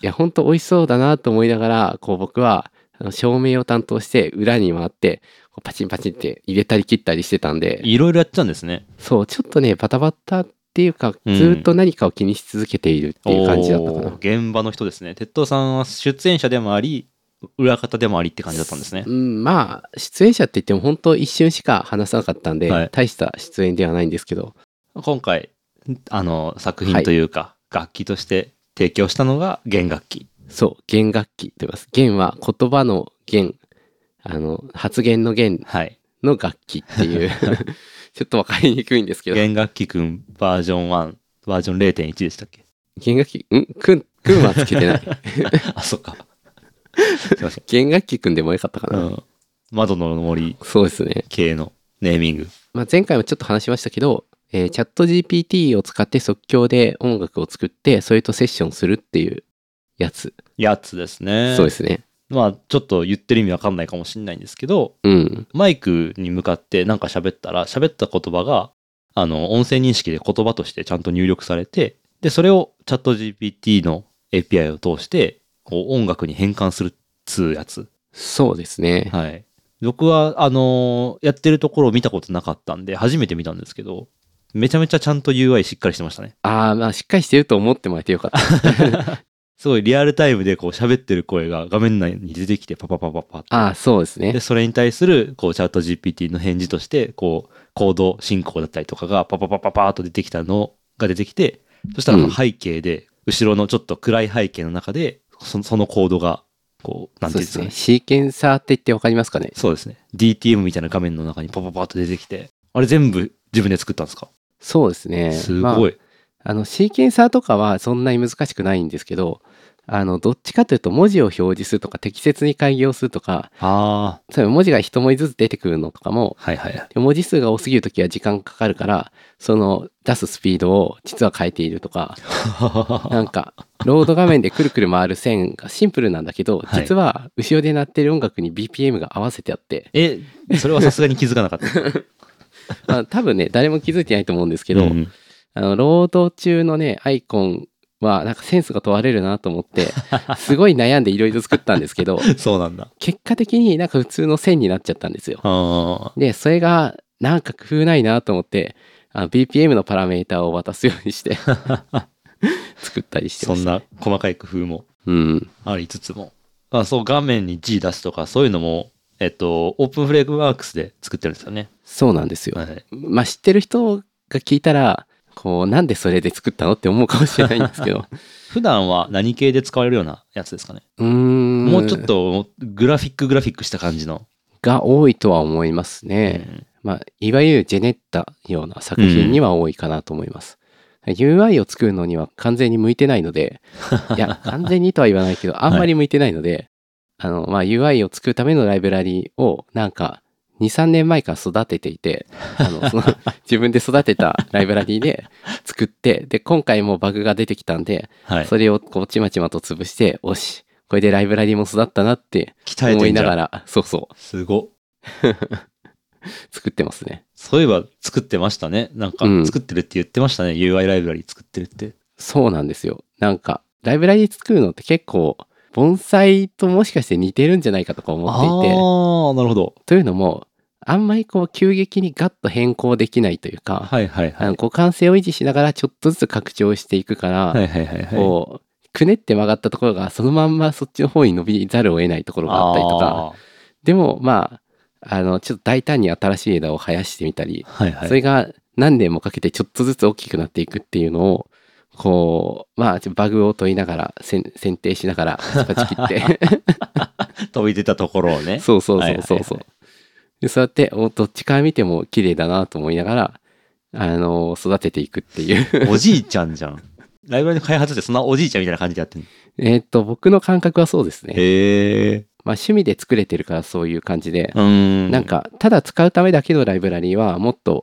Speaker 2: やほんと美味しそうだなと思いながらこう僕はあの照明を担当して裏に回ってこうパチンパチンって入れたり切ったりしてたんで
Speaker 1: いろいろやっちゃうんですね。
Speaker 2: そうちょっとねバタバタっていうかず
Speaker 1: うん
Speaker 2: ーっと何かを気にし続けているっていう感じだったかな、
Speaker 1: おー現場の人ですね。鉄道さんは出演者でもあり、裏方でもありって感じだったんですね
Speaker 2: う。ん、まあ出演者って言っても本当一瞬しか話さなかったんで、
Speaker 1: はい
Speaker 2: 大した出演ではないんですけど
Speaker 1: 今回、あの、作
Speaker 2: は
Speaker 1: 品
Speaker 2: い
Speaker 1: というか、楽器として提供したのが弦楽器。
Speaker 2: そう、弦楽器と言います。弦は言葉の弦、あの、発言の弦
Speaker 1: はい。
Speaker 2: の楽器って いう、ちょっとわかりにくいんですけど、
Speaker 1: 弦楽器くんバージョン1、バージョン0.1でしたっけ
Speaker 2: 弦楽器、んくん、くんはつけてない。
Speaker 1: あ、そっか。 すいません。
Speaker 2: 弦楽器くんでもよかったか
Speaker 1: う
Speaker 2: な。
Speaker 1: ん。窓の森
Speaker 2: そうですね。
Speaker 1: 系のネーミング。
Speaker 2: まあ、前回もちょっと話しましたけど、えーチャット GPT を使って即興で音楽を作って、それとセッションするっていうやつ。
Speaker 1: やつですね。
Speaker 2: そうですね。
Speaker 1: まあ、ちょっと言ってる意味わかんないかもしれないんですけど、
Speaker 2: うん。
Speaker 1: マイクに向かってなんか喋ったら、喋った言葉が、あの、音声認識で言葉としてちゃんと入力されて、で、それをチャット GPT の API を通して、こう、音楽に変換するっつうやつ。
Speaker 2: そうですね。
Speaker 1: はい。僕は、あのーやってるところを見たことなかったんで、初めて見たんですけど、めちゃめちゃちゃんと UI しっかりしてましたね。
Speaker 2: ああ、まあ、しっかりしてると思ってもらえてよかった。
Speaker 1: すごいリアルタイムでこう喋ってる声が画面内に出てきてパパパパパって。
Speaker 2: ああ、そうです
Speaker 1: で、
Speaker 2: ね。
Speaker 1: それに対する、こう、チャット GPT の返事として、こう、コード進行だったりとかが、パパパパパーっと出てきたのが出てきて、そしたら
Speaker 2: うん
Speaker 1: 背景で、後ろのちょっと暗い背景の中で、そそのコードが、こう、なんて
Speaker 2: そう
Speaker 1: いうん
Speaker 2: で
Speaker 1: ですすか
Speaker 2: ね。
Speaker 1: ね。
Speaker 2: シーケンサーって言ってわかりますかね
Speaker 1: そうですね。DTM みたいな画面の中にパパパーっと出てきて、あれ全部自分で作ったんですか
Speaker 2: そうですね。
Speaker 1: す
Speaker 2: まあ
Speaker 1: ごい。
Speaker 2: あのシーケンサーとかはそんなに難しくないんですけどあのどっちかというと文字を表示するとか適切に改行するとか
Speaker 1: ああ、
Speaker 2: 例えば文字が一文字ずつ出てくるのとかも
Speaker 1: はいはいはい。
Speaker 2: 文字数が多すぎる時は時間かかるからその出すスピードを実は変えているとかなんかロード画面でくるくる回る線がシンプルなんだけど
Speaker 1: はい
Speaker 2: 実は後ろで鳴ってる音楽に BPM が合わせてあって、
Speaker 1: え、それはさすがに気づかなかった。
Speaker 2: まあ、多分ね誰も気づいてないと思うんですけ
Speaker 1: け
Speaker 2: ど、
Speaker 1: うん、
Speaker 2: あの、労働中のね、アイコンは、なんかセンスが問われるなと思 って、すごい悩んでいろいろ作ったんですけど、
Speaker 1: そうなんだ。
Speaker 2: 結果的になんか普通の線になっちゃったんですよ。
Speaker 1: あ
Speaker 2: で、それが、なんか工夫ないなと思って、あの BPM のパラメーターを渡すよう にして、作ったりし
Speaker 1: ー
Speaker 2: て
Speaker 1: そ
Speaker 2: まし
Speaker 1: ん
Speaker 2: た。
Speaker 1: な細かい工夫も。
Speaker 2: うん。
Speaker 1: ありつつも。まあ、そう、画面に G 出すとか、そういうのも、えっと、オープンフレームワークスで作ってるんですよね。
Speaker 2: そうなんですよ。
Speaker 1: はい。
Speaker 2: まあ、知ってる人が聞いたら、こう、なんでそれで作ったのって思うかもしれないんですけ ど。
Speaker 1: 普段は何系で使われるようなやつですかね。
Speaker 2: うーん。
Speaker 1: もうちょっ。と、グラフィックグラフィックした感じの。
Speaker 2: が多いとは思いますね。
Speaker 1: うん
Speaker 2: まあ、いわゆるジェネッタような作品には多いかなと思います。UI を作るのには完全に向いてない ので、いや、完全にとは言わないけど、あんまり向いてないので、あの、まあ、UI を作るためのライブラリを、なんか、2、3年前から育てていて、あの、 その、自分で育てたライブラリで作って、で、今回もバグが出てきたんで、
Speaker 1: はい。
Speaker 2: それをこう、ちまちまと潰して、おし、これでライブラリも育ったなって
Speaker 1: 鍛え
Speaker 2: 思
Speaker 1: て
Speaker 2: い
Speaker 1: んじ
Speaker 2: な
Speaker 1: ゃ
Speaker 2: が
Speaker 1: ん。
Speaker 2: ら、そうそう、
Speaker 1: すご。
Speaker 2: 作ってますね。
Speaker 1: そういえば作ってましたね。なんか
Speaker 2: う、ん
Speaker 1: 作ってるって言ってましたね。UI ライブラリ作ってるって。
Speaker 2: そうなんですよ。なんか、ライブラリ作るのって結構、盆栽ともしかして似てるんじゃないかとか思ってい
Speaker 1: あ
Speaker 2: て、
Speaker 1: あ、なるほど。
Speaker 2: というのも、あんまりこう、急激にガッと変更できないというか、
Speaker 1: はいはい
Speaker 2: あ
Speaker 1: は
Speaker 2: の
Speaker 1: い。
Speaker 2: 互換性を維持しながらちょっとずつ拡張していくから、
Speaker 1: はいはいはいはい。
Speaker 2: こう、くねって曲がったところが、そのまんまそっちの方に伸びざるを得ないところがあったりとか、でも、まあ、あの、ちょっと大胆に新しい枝を生やしてみたり、
Speaker 1: あー。はいはい。
Speaker 2: それが何年もかけてちょっとずつ大きくなっていくっていうのをこうまあちょバグを取りながらせん剪定しながらパチパチ切っ て
Speaker 1: 飛び出たところをね。
Speaker 2: そうそう
Speaker 1: は
Speaker 2: そ
Speaker 1: いは
Speaker 2: う
Speaker 1: い
Speaker 2: そうそうでそうやっておどっちから見ても綺麗だなと思いながらあの育てていくっていう
Speaker 1: おじいちゃんじゃん。ライブラリの開発ってそんなおじいちゃんみたいな感じでやってるの
Speaker 2: えーっと僕の感覚はそうですね
Speaker 1: へえ。
Speaker 2: まあ趣味で作れてるからそういう感じで
Speaker 1: うーん。
Speaker 2: なん、かただ使うためだけのライブラリーはもっと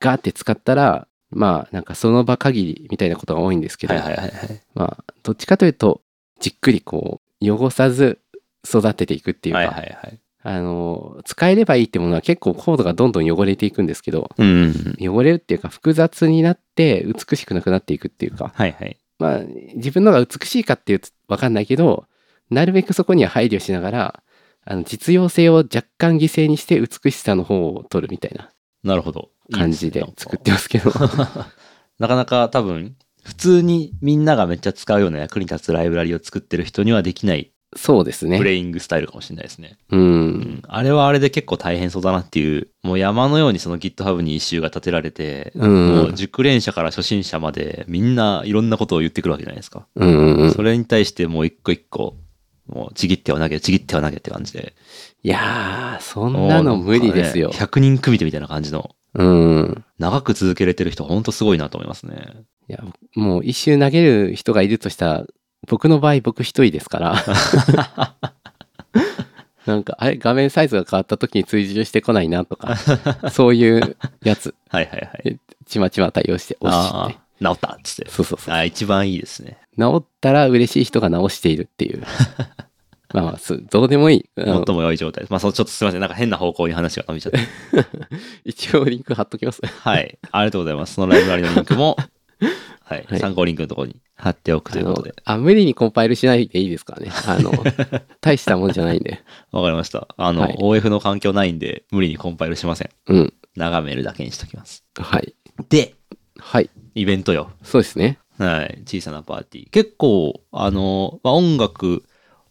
Speaker 2: ガーって使ったらまあなんかその場限りみたいなことが多いんですけど、
Speaker 1: はいはいはいはい。
Speaker 2: まあ、どっちかというと、じっくりこう、汚さず育てていくっていうか、
Speaker 1: はいはいはい。
Speaker 2: あの、使えればいいってものは結構コードがどんどん汚れていくんですけど、
Speaker 1: うん。
Speaker 2: 汚れるっていうか複雑になって美しくなくなっていくっていうか、
Speaker 1: はいはい。
Speaker 2: まあ、自分のが美しいかっていうとわかんないけど、なるべくそこには配慮しながら、あの実用性を若干犠牲にして美しさの方を取るみたいな
Speaker 1: なるほど。
Speaker 2: 感じで作ってますけど。
Speaker 1: なかなか多分、普通にみんながめっちゃ使うような役に立つライブラリを作ってる人にはできない
Speaker 2: そうです
Speaker 1: プ
Speaker 2: ね。
Speaker 1: レイングスタイルかもしれないですね。
Speaker 2: う。
Speaker 1: うんん。あれはあれで結構大変そうだなっていう、もう山のようにその GitHub に一周が立てられて、
Speaker 2: う。
Speaker 1: もうん熟練者から初心者までみんないろんなことを言ってくるわけじゃないですか。
Speaker 2: うんうんうん。
Speaker 1: それに対してもう一個一個、もうちぎっては投げ、ちぎっては投げって感じで。
Speaker 2: いやー、そんなの無理です
Speaker 1: も
Speaker 2: よ
Speaker 1: う。なんかね100人組手みたいな感じの、
Speaker 2: うん。
Speaker 1: 長く続けれてる人、ほんとすごいなと思いますね。
Speaker 2: いや、もう一周投げる人がいるとしたら、僕の場合僕一人ですから。 なんか、あれ、画面サイズが変わった時に追従してこないなとか、そういうやつ、
Speaker 1: はいはいはい。
Speaker 2: ちまちま対応して、おしっ
Speaker 1: あ
Speaker 2: て。
Speaker 1: あ、治ったっつって。
Speaker 2: そうそうそう。
Speaker 1: ああ、一番いいですね。
Speaker 2: 治ったら嬉しい人が治しているっていう。まあまあ、そうどうでもいい。あ
Speaker 1: 最
Speaker 2: の
Speaker 1: も良い状態です。まあ、そうちょっとすいません。なんか変な方向に話が伸びちゃって。
Speaker 2: 一応リンク貼っときます。
Speaker 1: はい。ありがとうございます。そのライブラリのリンク も、はい、
Speaker 2: はい
Speaker 1: 参考リンクのところに貼っておくと
Speaker 2: あ
Speaker 1: いうこ
Speaker 2: の
Speaker 1: とで。
Speaker 2: あ、無理にコンパイルしないでいいですからね。あの、大したもんじゃないんで。
Speaker 1: わかりました。あの、
Speaker 2: はい
Speaker 1: OF の環境ないんで、無理にコンパイルしません。
Speaker 2: うん。
Speaker 1: 眺めるだけにしときます。
Speaker 2: はい。
Speaker 1: で、
Speaker 2: はい。
Speaker 1: イベントよ。
Speaker 2: そうですね。
Speaker 1: はい。小さなパーティー。結構、あの、まあ、音楽、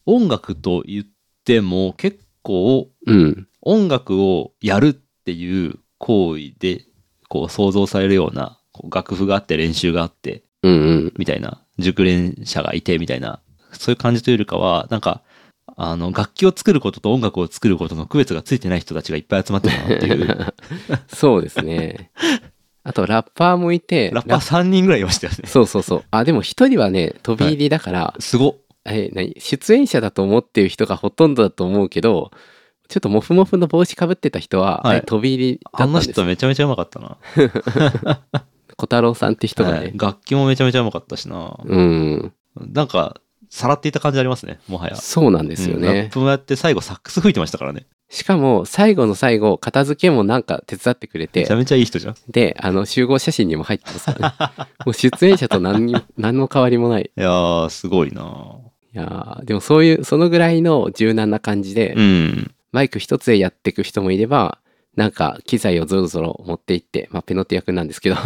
Speaker 1: 音楽と言っても、結構、
Speaker 2: うん。
Speaker 1: 音楽をやるっていう行為で、こう、想像されるような、こう楽譜があって、練習があって、
Speaker 2: うんうん。
Speaker 1: みたいな、熟練者がいて、みたいな、そういう感じというよりかは、なんか、あの、楽器を作ることと音楽を作ることの区別がついてない人たちがいっぱい集まってるなっていう。
Speaker 2: そうで すね。あと、ラッパーもいて、
Speaker 1: ラッパー3人ぐらいいましたよね。
Speaker 2: そうそうそう。あ、でも一人はね、飛び入りだから、
Speaker 1: すごっ。
Speaker 2: え、何出演者だと思ってる人がほとんどだと思うけど、ちょっとモフモフの帽子かぶってた人は、
Speaker 1: はい
Speaker 2: あれ飛び入りだった
Speaker 1: あ
Speaker 2: ん
Speaker 1: の
Speaker 2: です。
Speaker 1: 人めちゃめちゃうまかったな。
Speaker 2: 小太郎さんって人がね、
Speaker 1: はい楽器もめちゃめちゃうまかったしな。
Speaker 2: うん、
Speaker 1: なんか、さらっていた感じありますね、もはや。
Speaker 2: そうなんですよ
Speaker 1: うんラッ
Speaker 2: ね。
Speaker 1: プもやって最後サックス吹いてましたからね。
Speaker 2: しかも、最後の最後、片付けもなんか手伝ってくれ
Speaker 1: め
Speaker 2: て
Speaker 1: ちゃ、めちゃいい人じゃん。い
Speaker 2: で、あの、集合写真にも入ってますから ね。もう出演者と何に、何の変わりもない。
Speaker 1: やー、すごいない
Speaker 2: やーでもそういう、そのぐらいの柔軟な感じで、
Speaker 1: うん。
Speaker 2: マイク一つでやっていく人もいれば、なんか機材をぞろぞろ持っていって、まあ、ペノって役なんですけ ど、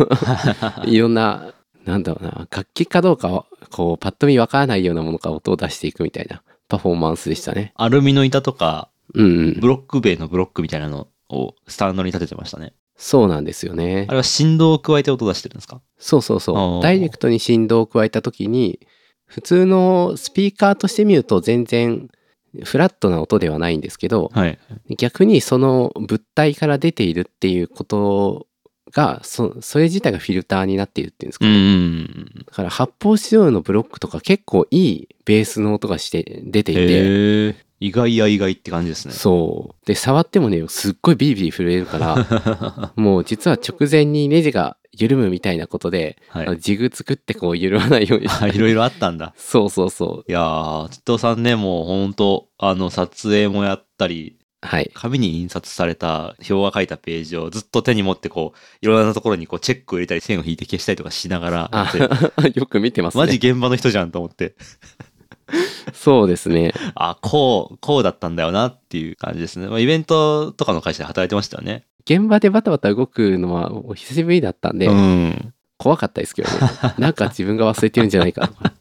Speaker 2: いろんな、なんだろうな、楽器かどうかは、こう、パッと見わからないようなものから音を出していくみたいなパフォーマンスでしたね。
Speaker 1: アルミの板とか、
Speaker 2: うん、うん。
Speaker 1: ブロック塀のブロックみたいなのをスタンドに立ててましたね。
Speaker 2: そうなんですよね
Speaker 1: あ。れは振動を加えて音出してるんですか
Speaker 2: そうそうそ
Speaker 1: あー
Speaker 2: う。ダイレクトに振動を加えた時に、普通のスピーカーとして見ると全然フラットな音ではないんですけど、
Speaker 1: はい。
Speaker 2: 逆にその物体から出ているっていうことがそそれ自体がフィルターになっているっていうんです
Speaker 1: う
Speaker 2: か、
Speaker 1: んうんうん。
Speaker 2: だから発泡スチロールのブロックとか結構いいベースの音がして出ていて、
Speaker 1: へえ。意外や意外って感じ ですね。
Speaker 2: そうで触ってもねすっごいビリビリ震えるから もう実は直前にネジが緩むみたいなことで、
Speaker 1: はい
Speaker 2: あのジグ作ってこう緩まないようにし
Speaker 1: あいろいろあったんだ。
Speaker 2: そうそうそう
Speaker 1: いやー、ちっとさんね、もうほんと、あの、撮影もやったり、
Speaker 2: はい
Speaker 1: 紙に印刷された表が書いたページをずっと手に持ってこう、いろんなところにこうチェックを入れたり、線を引いて消したりとかしながらや
Speaker 2: あ
Speaker 1: って、
Speaker 2: よく見てますね
Speaker 1: マジ現場の人じゃんと思って、
Speaker 2: そうですね
Speaker 1: あ、こう、こうだったんだよなっていう感じですね。まあ、イベントとかの会社で働いてましたよね。
Speaker 2: 現場でバタバタ動くのはお久しぶりだったんで、
Speaker 1: うん。
Speaker 2: 怖かったです けどね。なんか自分が忘れてるんじゃないかとか。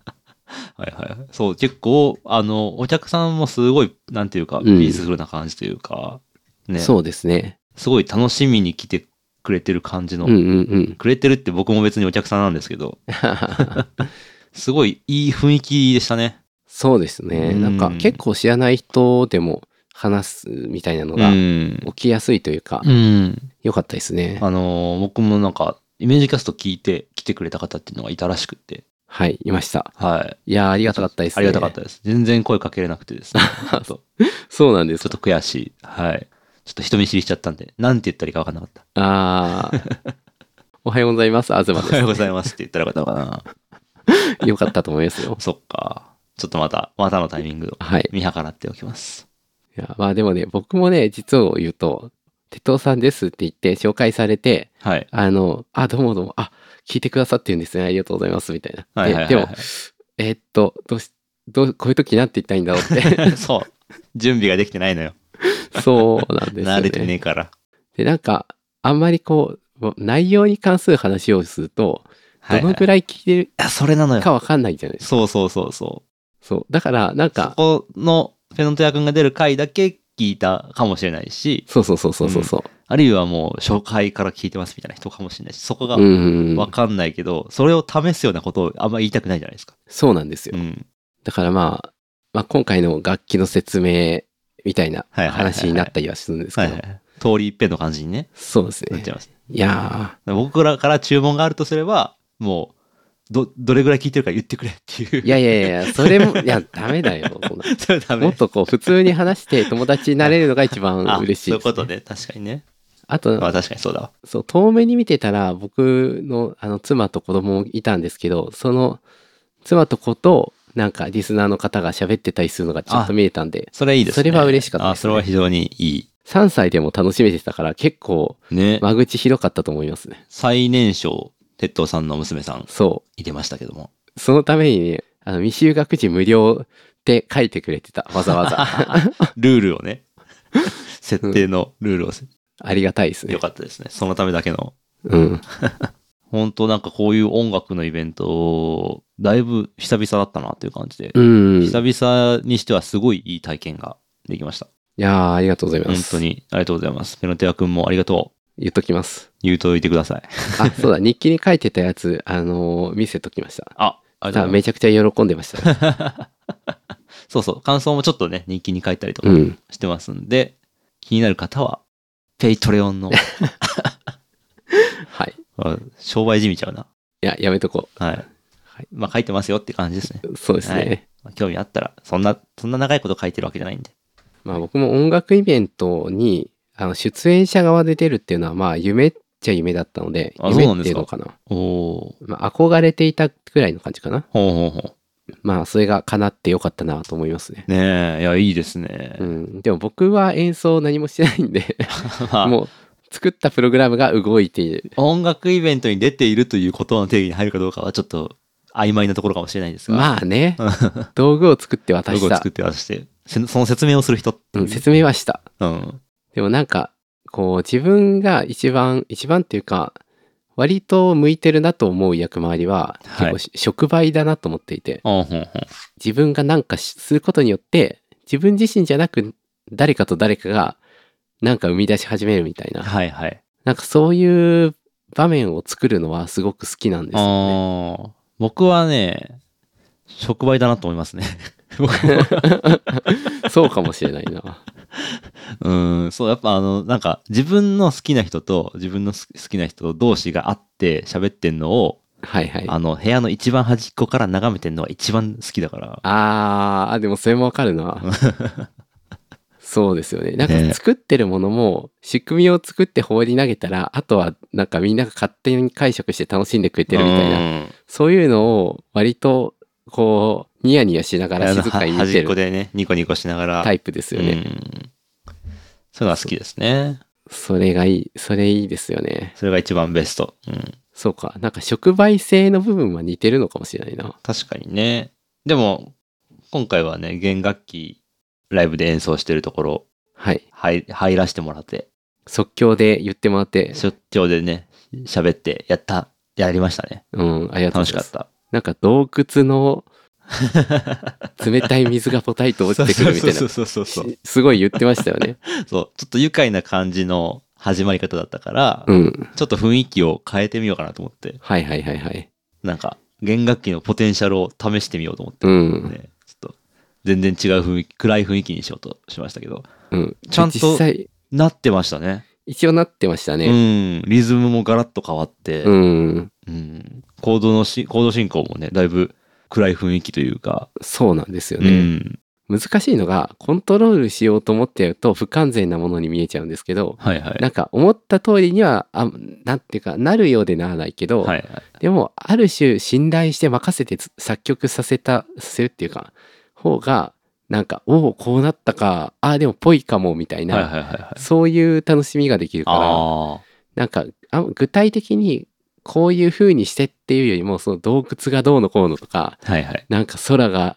Speaker 1: はいはい。そう、結構、あの、お客さんもすごい、なんていうか、
Speaker 2: ん
Speaker 1: ピースフルな感じというか、 ね、
Speaker 2: そうですね。
Speaker 1: すごい楽しみに来てくれてる感じの
Speaker 2: うんうん うん。
Speaker 1: くれてるって僕も別にお客さんなんですけど、すごいいい雰囲気でしたね。
Speaker 2: そうですね。
Speaker 1: うん
Speaker 2: なんか結構知らない人でも話すみたいなの
Speaker 1: う
Speaker 2: が
Speaker 1: ん。
Speaker 2: 起きやすいというか、
Speaker 1: うん。
Speaker 2: 良かったですね。
Speaker 1: あのー僕もなんか、イメージキャスト聞いて来てくれた方っていうのがいたらしくって。
Speaker 2: はい、いました。
Speaker 1: はい。
Speaker 2: いやーありがたかったですね。
Speaker 1: ありがたかったです。全然声かけれなくて ですね。ちょっと
Speaker 2: そうなんです
Speaker 1: ちょっと悔しい。はい。ちょっと人見知りしちゃったんで、なんて言ったらいいかわかんなかった。
Speaker 2: あー おはようございます、東
Speaker 1: お
Speaker 2: で
Speaker 1: はようございますって言ったらよかったのか
Speaker 2: す。よかったと思いますよ
Speaker 1: な。。そっか。ちょっとまた、またのタイミングを
Speaker 2: はい。
Speaker 1: 見計らっておきます。
Speaker 2: いやまあでもね、僕もね、実を言うと、鉄道さんですって言って紹介されて、
Speaker 1: はい。
Speaker 2: あの、あ、どうもどうも、あ、聞いてくださってるんですね。ありがとうございます。みたいな。
Speaker 1: はいはいはい、
Speaker 2: で
Speaker 1: は
Speaker 2: でも、えーっと、どうし、どう、こういう時なんて言ったらいいんだろ う
Speaker 1: い。そう。準備ができてないのよ。
Speaker 2: って。そうなんですよ
Speaker 1: 慣
Speaker 2: ね。
Speaker 1: れてねえから。
Speaker 2: で、なんか、あんまりこう、内容に関する話をすると、どのぐ
Speaker 1: い
Speaker 2: らい聞いて
Speaker 1: いや、それなの
Speaker 2: る
Speaker 1: よ。
Speaker 2: かわかんないじゃないですか。
Speaker 1: そうそうそうそう。
Speaker 2: そう。だから、なん
Speaker 1: そ
Speaker 2: か、
Speaker 1: このペノントヤ君が出る回だけ聞いたかもしれないし、
Speaker 2: そうそうそうそうそうそう。
Speaker 1: あるいはもう初回から聞いてますみたいな人かもしれないし、そこが
Speaker 2: うんうんう
Speaker 1: わ
Speaker 2: ん。
Speaker 1: かんないけど、それを試すようなことをあんま言いたくないじゃないですか。
Speaker 2: そうなんですよ
Speaker 1: う。ん。
Speaker 2: だからまあ、まあ今回の楽器の説明みたいな
Speaker 1: はいはいはいはい
Speaker 2: 話になったりはするんです
Speaker 1: は
Speaker 2: け
Speaker 1: いはい。
Speaker 2: ど、
Speaker 1: 通り一遍の感じにね、
Speaker 2: そうです
Speaker 1: なっ
Speaker 2: ね
Speaker 1: ちゃ。います。
Speaker 2: いや
Speaker 1: 僕らから注文があるとすれば、もう、ど、どれぐらい聞いてるか言ってくれっていう。
Speaker 2: ー、いやいやいやいや、それも、いや、ダメだよ。そんな
Speaker 1: それはダメ。
Speaker 2: もっとこう普通に話して友達になれるのが一番
Speaker 1: あ
Speaker 2: 嬉しい
Speaker 1: そうい
Speaker 2: で
Speaker 1: う
Speaker 2: すね、
Speaker 1: ことね。確かにね。
Speaker 2: あ
Speaker 1: ま
Speaker 2: と
Speaker 1: あ確かにそうだわ。
Speaker 2: そう遠目に見てたら僕のあの妻と子供いたんですけどその妻と子となんかリスナーの方が喋ってたりするのがちょっと見えたんで、
Speaker 1: それいいですね。
Speaker 2: それは嬉しかったですね
Speaker 1: あそれは非常にい
Speaker 2: 3歳でも楽しめてたから結構
Speaker 1: い。ね。
Speaker 2: 間口広かったと思いますね。
Speaker 1: 最年少、鉄道さんの娘さん、
Speaker 2: そ
Speaker 1: いてましたけども。
Speaker 2: う。そのためにね、あの未就学児無料って書いてくれてた。わざわざ。
Speaker 1: ルールを ね、設定のルールを、
Speaker 2: ありがたいですね
Speaker 1: よ。かったですね。そのためだけの。
Speaker 2: うん。
Speaker 1: 本当なんかこういう音楽のイベント、だいぶ久々だったなっていう感じで、
Speaker 2: うん。い
Speaker 1: 久々にしてはすごいいい体験ができました。
Speaker 2: やー、ありがとうございま
Speaker 1: 本
Speaker 2: す。
Speaker 1: 当。にありがとうございます。ペノテア君もありがとう。
Speaker 2: 言っときます。
Speaker 1: 言うといてください。
Speaker 2: あ、そうだ、日記に書いてたやつ、あのー見せときました。
Speaker 1: あ、ありが
Speaker 2: さ
Speaker 1: と
Speaker 2: あ
Speaker 1: うござい
Speaker 2: めちゃくちゃ喜んでました。
Speaker 1: ます。そうそう。感想もちょっとね、日記に書いたりとか
Speaker 2: うん。
Speaker 1: してますんで、気になる方は、ペイトレオ ンの、
Speaker 2: はい。
Speaker 1: あ商売じみちゃうな。
Speaker 2: いや、やめとこ
Speaker 1: はい。
Speaker 2: はい
Speaker 1: まあ書いてますよって感じですね。
Speaker 2: う。そうですね。
Speaker 1: はいまあ興味あったら、そんな、そんな長いこと書いてるわけじゃないんで。
Speaker 2: まあ僕も音楽イベントに、あの、出演者側で出るっていうのは、まあ夢っちゃ夢だったので、
Speaker 1: あそうなん
Speaker 2: 夢っ
Speaker 1: で
Speaker 2: てい
Speaker 1: す
Speaker 2: う
Speaker 1: か
Speaker 2: のか
Speaker 1: お
Speaker 2: な。
Speaker 1: お。
Speaker 2: まあ憧れていたくらいの感じかな。
Speaker 1: ほうほうほう。
Speaker 2: まあそれが叶ってよかったなと思いますね。
Speaker 1: ねえ、いや、いいですね
Speaker 2: う。ん。でも僕は演奏何もしてないんで、
Speaker 1: まあ
Speaker 2: もう作ったプログラムが動いている。
Speaker 1: 音楽イベントに出ているということの定義に入るかどうかはちょっと曖昧なところかもしれないですが。
Speaker 2: まあ ね、道具を作って渡
Speaker 1: ロゴ
Speaker 2: し
Speaker 1: を
Speaker 2: た
Speaker 1: 作。って渡して、せその説明をする人ってい
Speaker 2: うん、
Speaker 1: う。
Speaker 2: 説明はした。
Speaker 1: うん。
Speaker 2: でもなんか、こう自分が一番、一番っていうか、割と向いてるなと思う役回りは、
Speaker 1: はい
Speaker 2: 結構触媒だなと思っていて、
Speaker 1: ほんほんほん
Speaker 2: 自分がなんかしすることによって、自分自身じゃなく、誰かと誰かがなんか生み出し始めるみたいな、
Speaker 1: はいはい。
Speaker 2: なんかそういう場面を作るのはすごく好きなんですよね。
Speaker 1: あー僕はね、触媒だなと思い ますね。僕は
Speaker 2: そうかもしれないな。
Speaker 1: うん、そう、やっぱあの、なんか自分の好きな人と自分の好き好きな人同士が会って喋ってんのを、
Speaker 2: はいはい。
Speaker 1: あの、部屋の一番端っこから眺めてんのが一番好きだから。
Speaker 2: あーあ、でもそれもわかる な。そうですよね。なん
Speaker 1: ね
Speaker 2: か作ってるものも仕組みを作って放り投げたら、あとはなんかみんなが勝手に解釈して楽しんでくれてるみたいな。
Speaker 1: な。
Speaker 2: そういうのを割とこうニヤニヤしながら静かに見
Speaker 1: 端
Speaker 2: て
Speaker 1: っこ
Speaker 2: る
Speaker 1: でね、ニコニコしながら。
Speaker 2: タ
Speaker 1: イ
Speaker 2: イプですよ
Speaker 1: そうい
Speaker 2: ね。
Speaker 1: うのは好きですね。
Speaker 2: それがいい。それいいですよね。
Speaker 1: それが一番ベスト。うん。
Speaker 2: そうか。なんか触媒性の部分は似てるのかもしれないな。
Speaker 1: 確かにね。でも、今回はね、弦楽器、ライブで演奏してるところ、
Speaker 2: はい。
Speaker 1: 入入らせてもらって、
Speaker 2: 即興で言ってもらって、
Speaker 1: 出張でね、喋って、やった、やりましたね。
Speaker 2: うん、ありがと
Speaker 1: 楽
Speaker 2: うござ
Speaker 1: し
Speaker 2: いま
Speaker 1: か
Speaker 2: す
Speaker 1: っ。た。
Speaker 2: なんか洞窟の 冷たい水がポタリと落ちてくるみたいな
Speaker 1: そう。そうそうそうそう。
Speaker 2: しすごい言ってましたよね。
Speaker 1: そう、ちょっと愉快な感じの始まり方だったから、
Speaker 2: うん。
Speaker 1: ちょっと雰囲気を変えてみようかなと思って、
Speaker 2: はいはいはいはい。
Speaker 1: なんか、弦楽器のポテンシャルを試してみようと思って。
Speaker 2: うん。
Speaker 1: ね、ちょっと全然違う雰囲気、暗い雰囲気にしようとしましたけど、
Speaker 2: うん。
Speaker 1: ちゃんと
Speaker 2: 実際、
Speaker 1: なってましたね。
Speaker 2: 一応なってましたね。
Speaker 1: うん、リズムもガラッと変わって、
Speaker 2: う
Speaker 1: うん
Speaker 2: ん。
Speaker 1: コードのし、コード進行もね、だいぶ暗い雰囲気というか、
Speaker 2: そうなんですよ
Speaker 1: う
Speaker 2: ね、
Speaker 1: ん、
Speaker 2: 難しいのが、コントロールしようと思ってやると不完全なものに見えちゃうんですけど、
Speaker 1: はいはい。
Speaker 2: なんか思った通りには、あなんていうか、なるようでならないけど、
Speaker 1: はいはい、
Speaker 2: でも、ある種信頼して任せてつ作曲させた、させるっていうか、方が、なんか、おお、こうなったか、ああ、でもぽいかも、みたいな、
Speaker 1: はいはいはいはい。
Speaker 2: そういう楽しみができるから、
Speaker 1: あ
Speaker 2: なんかあ具体的にこういう風にしてっていうよりもその洞窟がどうのこうのとか
Speaker 1: あ、はいはい。
Speaker 2: なんか空が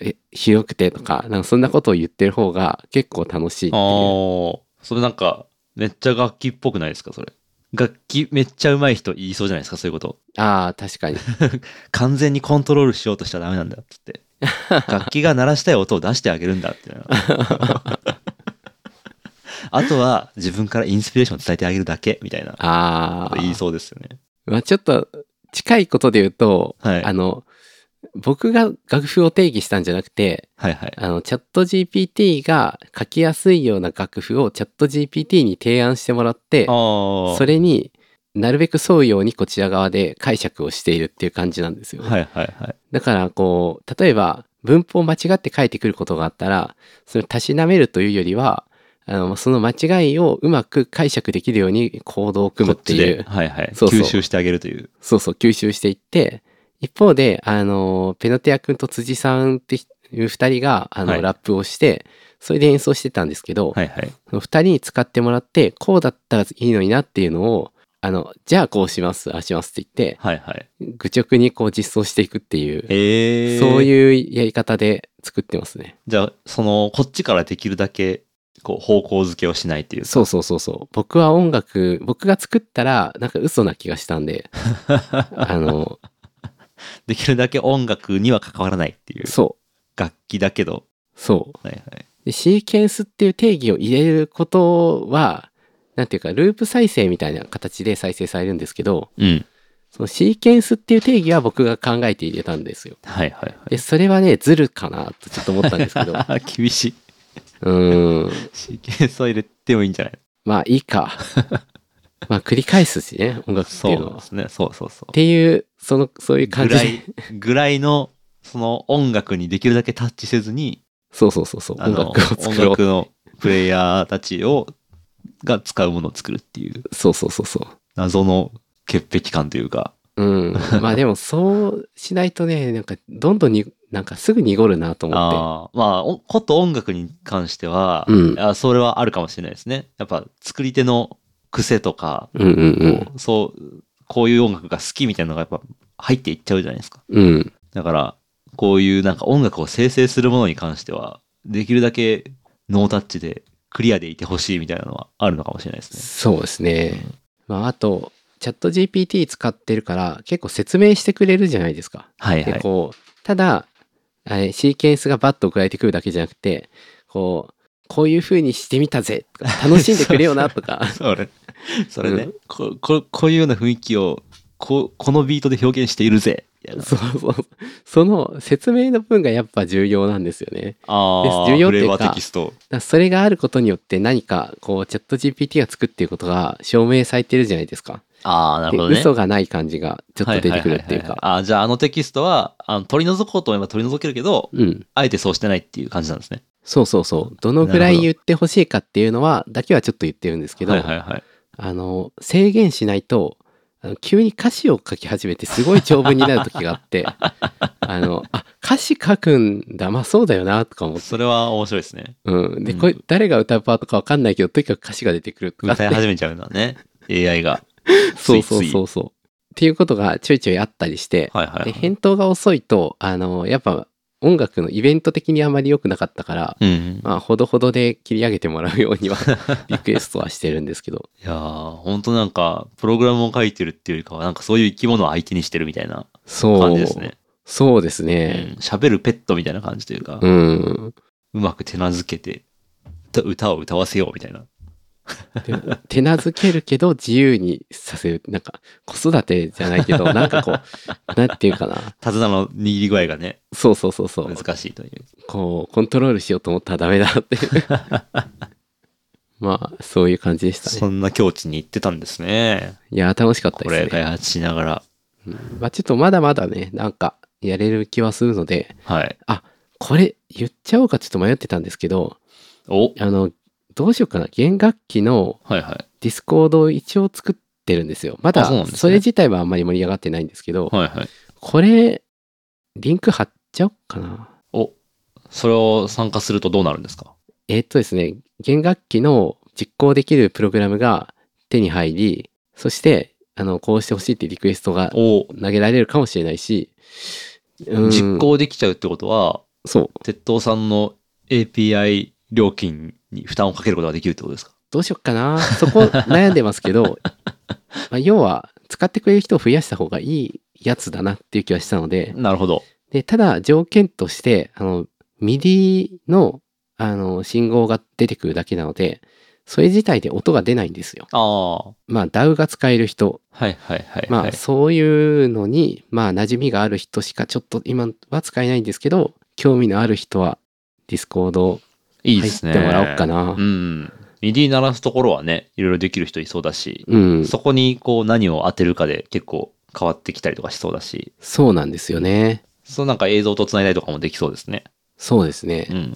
Speaker 2: え広くてとかなんかそんなことを言ってる方が結構楽しいって
Speaker 1: あ
Speaker 2: いう
Speaker 1: ーそれなんか、めっちゃ楽器っぽくないですか、それ。楽器めっちゃ上手い人言いそうじゃないですか、そういうこと。
Speaker 2: ああ確かに
Speaker 1: 完全にコントロールしようとしちゃダメなんだっつって。 楽器が鳴らしたい音を出してあげるんだっていうのあとは自分からインスピレーションを伝えてあげるだけみたいな
Speaker 2: ああ
Speaker 1: 言 いそうですよね。
Speaker 2: まあちょっと近いことで言うと、
Speaker 1: はい
Speaker 2: あの僕が楽譜を定義したんじゃなくて
Speaker 1: はいはい。
Speaker 2: あのチャット GPT が書きやすいような楽譜をチャット GPT に提案してもらって
Speaker 1: ああ。
Speaker 2: それになるべく沿うようにこちら側で解釈をしているっていう感じなんですよ。
Speaker 1: はいはいはい。
Speaker 2: だからこう例えば文法を間違って書いてくることがあったらそれをたしなめるというよりはあのその間違いをうまく解釈できるように行動を組
Speaker 1: こ
Speaker 2: む
Speaker 1: っ
Speaker 2: って
Speaker 1: ち
Speaker 2: い
Speaker 1: で。
Speaker 2: う
Speaker 1: はいはい。
Speaker 2: そうそう
Speaker 1: 吸収してあげるという。
Speaker 2: そうそう吸収していって一方で、あの、ペノテア君と辻さんっていう二人が、あの、
Speaker 1: はい
Speaker 2: ラップをして、それで演奏してたんですけど、
Speaker 1: はいはい。
Speaker 2: その二人に使ってもらって、こうだったらいいのになっていうのを、あの、じゃあこうします、ああしますって言って、
Speaker 1: はいはい。
Speaker 2: 愚直にこう実装していくっていう、
Speaker 1: えー、
Speaker 2: そう
Speaker 1: う。
Speaker 2: いうやり方で作ってますね。
Speaker 1: じゃあ、その、こっちからできるだけ、こう、方向づけをしないっていうか。
Speaker 2: そうそうそうそう。僕は音楽、僕が作ったら、なんか嘘な気がしたんで、あの、
Speaker 1: できるだけ音楽には関わらないっていう。
Speaker 2: そ
Speaker 1: 楽器だけど。
Speaker 2: う、そう。
Speaker 1: はいはい。
Speaker 2: でシーケンスっていう定義を入れることは、なんていうか、ループ再生みたいな形で再生されるんですけど、
Speaker 1: うん。
Speaker 2: そのシーケンスっていう定義は僕が考えて入れたんですよ。
Speaker 1: はいはい
Speaker 2: で、それはね、ずるかなとちょっと思ったんですけど、う
Speaker 1: はい。 厳しい。
Speaker 2: ーん、
Speaker 1: シーケンスは入れてもいいんじゃない
Speaker 2: まあい いか。まあ繰り返すしね、音楽って
Speaker 1: そ
Speaker 2: いううの
Speaker 1: なん
Speaker 2: は。
Speaker 1: で
Speaker 2: っ
Speaker 1: すね。そうそうそう。
Speaker 2: ていう、その、そういう感
Speaker 1: ぐ
Speaker 2: じ
Speaker 1: ら
Speaker 2: で。
Speaker 1: い、ぐらいの、その音楽にできるだけタッチせずに、
Speaker 2: そうそうそうそう、
Speaker 1: あ
Speaker 2: 音
Speaker 1: の、
Speaker 2: 楽を作
Speaker 1: 音
Speaker 2: ろう。
Speaker 1: 楽のプレイヤーたちを、が使うものを作るっていう、
Speaker 2: そうそうそうそう。
Speaker 1: 謎の潔癖感というか。
Speaker 2: うん。 まあでもそうしないとね、なんかどんどんに、なんかすぐ濁るなと思っ
Speaker 1: ああ、まあ、おこと音楽に関しては、
Speaker 2: うん
Speaker 1: あそれはあるかもしれないですね。やっぱ、作り手の癖とか、
Speaker 2: て。うんうん
Speaker 1: そう、こういう音楽が好きみたいなのがやっぱ入っていっちゃうじゃないですか。
Speaker 2: うん。うん。
Speaker 1: だから、こういうなんか音楽を生成するものに関しては、できるだけノータッチでクリアでいてほしいみたいなのはあるのかもしれないですね。
Speaker 2: そうですね。まああと、チャット GPT 使ってるから結構説明してくれるじゃないですか。
Speaker 1: はいは
Speaker 2: で
Speaker 1: い。
Speaker 2: こうただあれシーケンスがバッと送られてくるだけじゃなくてこうこういう風にしてみたぜとか楽しんでくれよな とか
Speaker 1: それ、それね、
Speaker 2: う
Speaker 1: こここういうような雰囲気をここのビートで表現しているぜ。みたいな
Speaker 2: そうそうその説明の分がやっぱ重要なんですよね。
Speaker 1: ああ、
Speaker 2: です重要っ
Speaker 1: フ
Speaker 2: てい
Speaker 1: レ
Speaker 2: う
Speaker 1: ー
Speaker 2: か
Speaker 1: バーテキスト。
Speaker 2: だからそれがあることによって何かこうチャット GPT が作っていることが証明されてるじゃないですか。
Speaker 1: ああ、なるほど
Speaker 2: で
Speaker 1: ね。
Speaker 2: 嘘がない感じがちょっと出てくるっていう
Speaker 1: はははは
Speaker 2: か。
Speaker 1: はあーじゃああのテキストはあの取り除こうと思えば取り除けるけど、
Speaker 2: うん。
Speaker 1: あえてそうしてないっていう感じなんですね。
Speaker 2: そうそうそう。どのぐらい言ってほしいかっていうのはだけはちょっと言ってるんですけど、
Speaker 1: はいはいはい。
Speaker 2: あの制限しないとあの急に歌詞を書き始めてすごい長文になる時があって あのあ歌詞書くんだまあそうだよなとか思って、
Speaker 1: それは面白いですね。
Speaker 2: うん、で
Speaker 1: うん
Speaker 2: これ誰が歌うパートかわかんないけどとにかく歌詞が出てくるとか
Speaker 1: 歌い始めちゃうのは ね、AI が。
Speaker 2: そうそ
Speaker 1: つ
Speaker 2: う
Speaker 1: いつい
Speaker 2: そうそうっていうことがちょいちょいあったりして、
Speaker 1: はいはい、は
Speaker 2: で
Speaker 1: い。
Speaker 2: 返答が遅いとあのやっぱ音楽のイベント的にあまり良くなかったから、
Speaker 1: うん。
Speaker 2: まあほどほどで切り上げてもらうよう にはリクエストはしてるんですけど
Speaker 1: いやー、ほんとなんか、プログラムを書いてるっていうよりかは、なんかそういう生き物を相手にしてるみたいな
Speaker 2: そう
Speaker 1: 感じですね。
Speaker 2: そうです
Speaker 1: うん
Speaker 2: ね
Speaker 1: 喋、るペットみたいな感じというか、う
Speaker 2: うん
Speaker 1: まく手なずけて、と歌を歌わせようみたいな。
Speaker 2: でも手なずけるけど自由にさせるなんか子育てじゃないけど なんかこうなんていうかな
Speaker 1: 手綱の握り具合がね、
Speaker 2: そうそうそうそう
Speaker 1: 難しいという。
Speaker 2: こうコントロールしようと思ったらダメだっ ていうまあそういう感じでしたね
Speaker 1: そんな境地に行ってたんですね。
Speaker 2: いや楽しかった
Speaker 1: こ
Speaker 2: で
Speaker 1: れ
Speaker 2: すね、
Speaker 1: 開発しながら。
Speaker 2: うんまあ、ちょっとまだまだねなんかやれる気はするので
Speaker 1: はい。
Speaker 2: これ言っちゃおうかちょっと迷ってたんですけど
Speaker 1: おはい
Speaker 2: あのどうしようかな弦楽器の
Speaker 1: はい。
Speaker 2: ディスコードを一応作ってるんですよま
Speaker 1: あ
Speaker 2: だ
Speaker 1: そうなんですね
Speaker 2: それ自体はあんまり盛り上がってないんですけど、
Speaker 1: はいはい。
Speaker 2: これ、リンク貼っちゃおうかな。
Speaker 1: お、それを参加するとどうなるんですか
Speaker 2: えーっとですね、弦楽器の実行できるプログラムが手に入り、そして、あの、こうしてほしいってリクエストが
Speaker 1: お、
Speaker 2: 投げられるかもしれないし、うん
Speaker 1: 実行できちゃうってことは、
Speaker 2: そう。
Speaker 1: 鉄塔さんの API 料金に負担をかけることができるってことですか
Speaker 2: どうしよっかな。そこ悩んでます けど、まあ、要は、使ってくれる人を増やした方がいいやつだなっていう気はしたので、
Speaker 1: なるほど。
Speaker 2: で、ただ条件として、あの、MIDI の、あの、信号が出てくるだけなので、それ自体で音が出ないんですよ。
Speaker 1: ああ。
Speaker 2: まあ、DAW が使える人、
Speaker 1: はいはいはい、はい。
Speaker 2: まあ、そういうのに、まあ、馴染みがある人しかちょっと今は使えないんですけど、興味のある人は、ディスコード
Speaker 1: いいで
Speaker 2: 入っ
Speaker 1: す
Speaker 2: て
Speaker 1: ね。
Speaker 2: もらおうかな。
Speaker 1: うん。ミディ鳴らすところはね、いろいろできる人いそうだし、
Speaker 2: うん、
Speaker 1: そこにこう何を当てるかで結構変わってきたりとかしそうだし、
Speaker 2: そうなんですよね。
Speaker 1: そのなんか映像と繋いだりとかもできそうですね。
Speaker 2: そうですね。
Speaker 1: うん。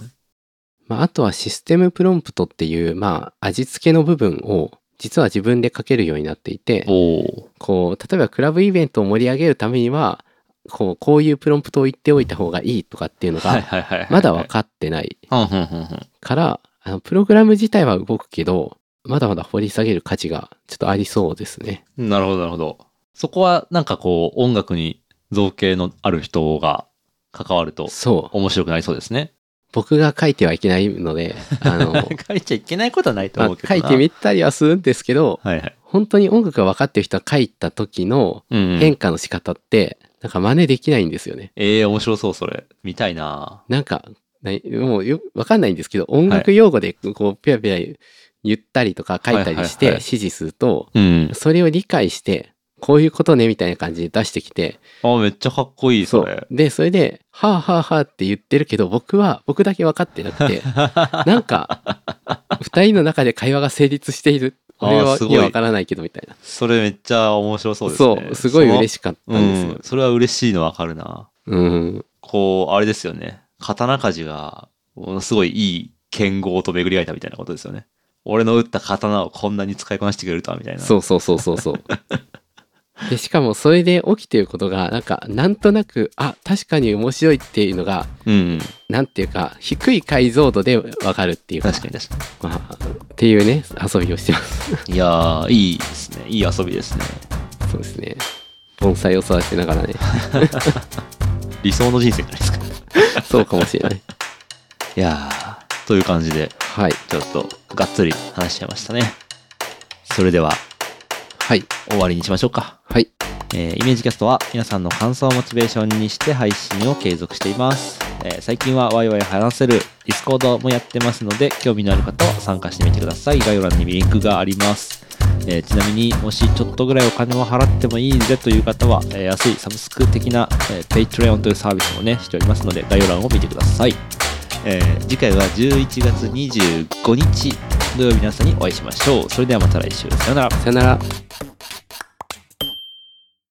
Speaker 2: まあ、あとはシステムプロンプトっていう、まあ、味付けの部分を、実は自分で書けるようになっていて、
Speaker 1: おお。
Speaker 2: こう例えばクラブイベントを盛り上げるためにはこうこういうプロンプトを言っておいた方がいいとかっていうの
Speaker 1: はい
Speaker 2: が
Speaker 1: はいはいはい。
Speaker 2: まだ分かってない
Speaker 1: うんうんうんうん。
Speaker 2: からあのプログラム自体は動くけどまだまだ掘り下げる価値がちょっとありそうですね。
Speaker 1: なるほど、なるほど。そこは、なんかこう、音楽に造形のある人が関わると
Speaker 2: そう
Speaker 1: 面白くなりそうですね。
Speaker 2: 僕が書いてはいけないのであ の、
Speaker 1: 書いちゃいけないことはないと
Speaker 2: まあ
Speaker 1: 思うけど
Speaker 2: 書
Speaker 1: な。
Speaker 2: いてみたりはするんですけど
Speaker 1: はいはい。
Speaker 2: 本当に音楽が分かってる人が書いた時の
Speaker 1: うんうん、
Speaker 2: 変化の仕方ってなんか真似できないんですよね。
Speaker 1: ええ面白そう、それ。見たいな
Speaker 2: なんか、ないもうよわかんないんですけど、音楽用語でこう、ぴゃぴゃ言ったりとか書いたりし
Speaker 1: はいはいは
Speaker 2: て
Speaker 1: い
Speaker 2: 指示すると、
Speaker 1: うん。
Speaker 2: それを理解して、こういうことねみたいな感じで出してきて、
Speaker 1: あ、めっちゃかっこいい、そ
Speaker 2: そ
Speaker 1: うれ。。
Speaker 2: で、それで、はあはあはあって言ってるけど、僕は、僕だけ分かって なくて、なんか、二人の中で会話が成立している。
Speaker 1: あー
Speaker 2: 俺は
Speaker 1: すごい
Speaker 2: よく分からないけどみたいな。
Speaker 1: それめっちゃ面白そうです
Speaker 2: そう,、
Speaker 1: ね。
Speaker 2: すごい嬉
Speaker 1: しい。
Speaker 2: しかった
Speaker 1: うん
Speaker 2: ですよ
Speaker 1: ん。。それは嬉しいのわかるな。
Speaker 2: うん。
Speaker 1: こう、あれですよね。刀鍛冶が、ものすごいいい剣豪と巡り合えたみたいなことですよね。俺の打った刀をこんなに使いこなしてくれるとは、みたいな。
Speaker 2: そうそうそうそうそう。でしかもそれで起きてることがなんかなんとなくあ確かに面白いっていうのが
Speaker 1: う。うん。
Speaker 2: なんていうか低い解像度でわかるっていうか
Speaker 1: 確かに確か
Speaker 2: まあ、っていうね遊びをしてます
Speaker 1: に。いやー、いいですね。いい遊びですね。
Speaker 2: そうですね盆栽を育てながらね
Speaker 1: 理想の人生じゃないですか。
Speaker 2: そうかもしれない
Speaker 1: いやー、という感じで、
Speaker 2: はい
Speaker 1: ちょっと、がっつり話しちゃいましたね。それでは、
Speaker 2: はい
Speaker 1: 終わりにしましょうか。
Speaker 2: はい
Speaker 1: えーイメージキャストは皆さんの感想をモチベーションにして配信を継続しています。えー最近はワイワイ話せる Discord もやってますので、興味のある方は参加してみてください。概要欄にリンクがあります。えーちなみにもしちょっとぐらいお金を払ってもいいぜという方は、えー安いサブスク的な、えー Patreon というサービスもね、しておりますので、概要欄を見てください。えー次回は11月25日土曜日の朝にお会いしましょう。それではまた来週。さよなら。
Speaker 2: さよなら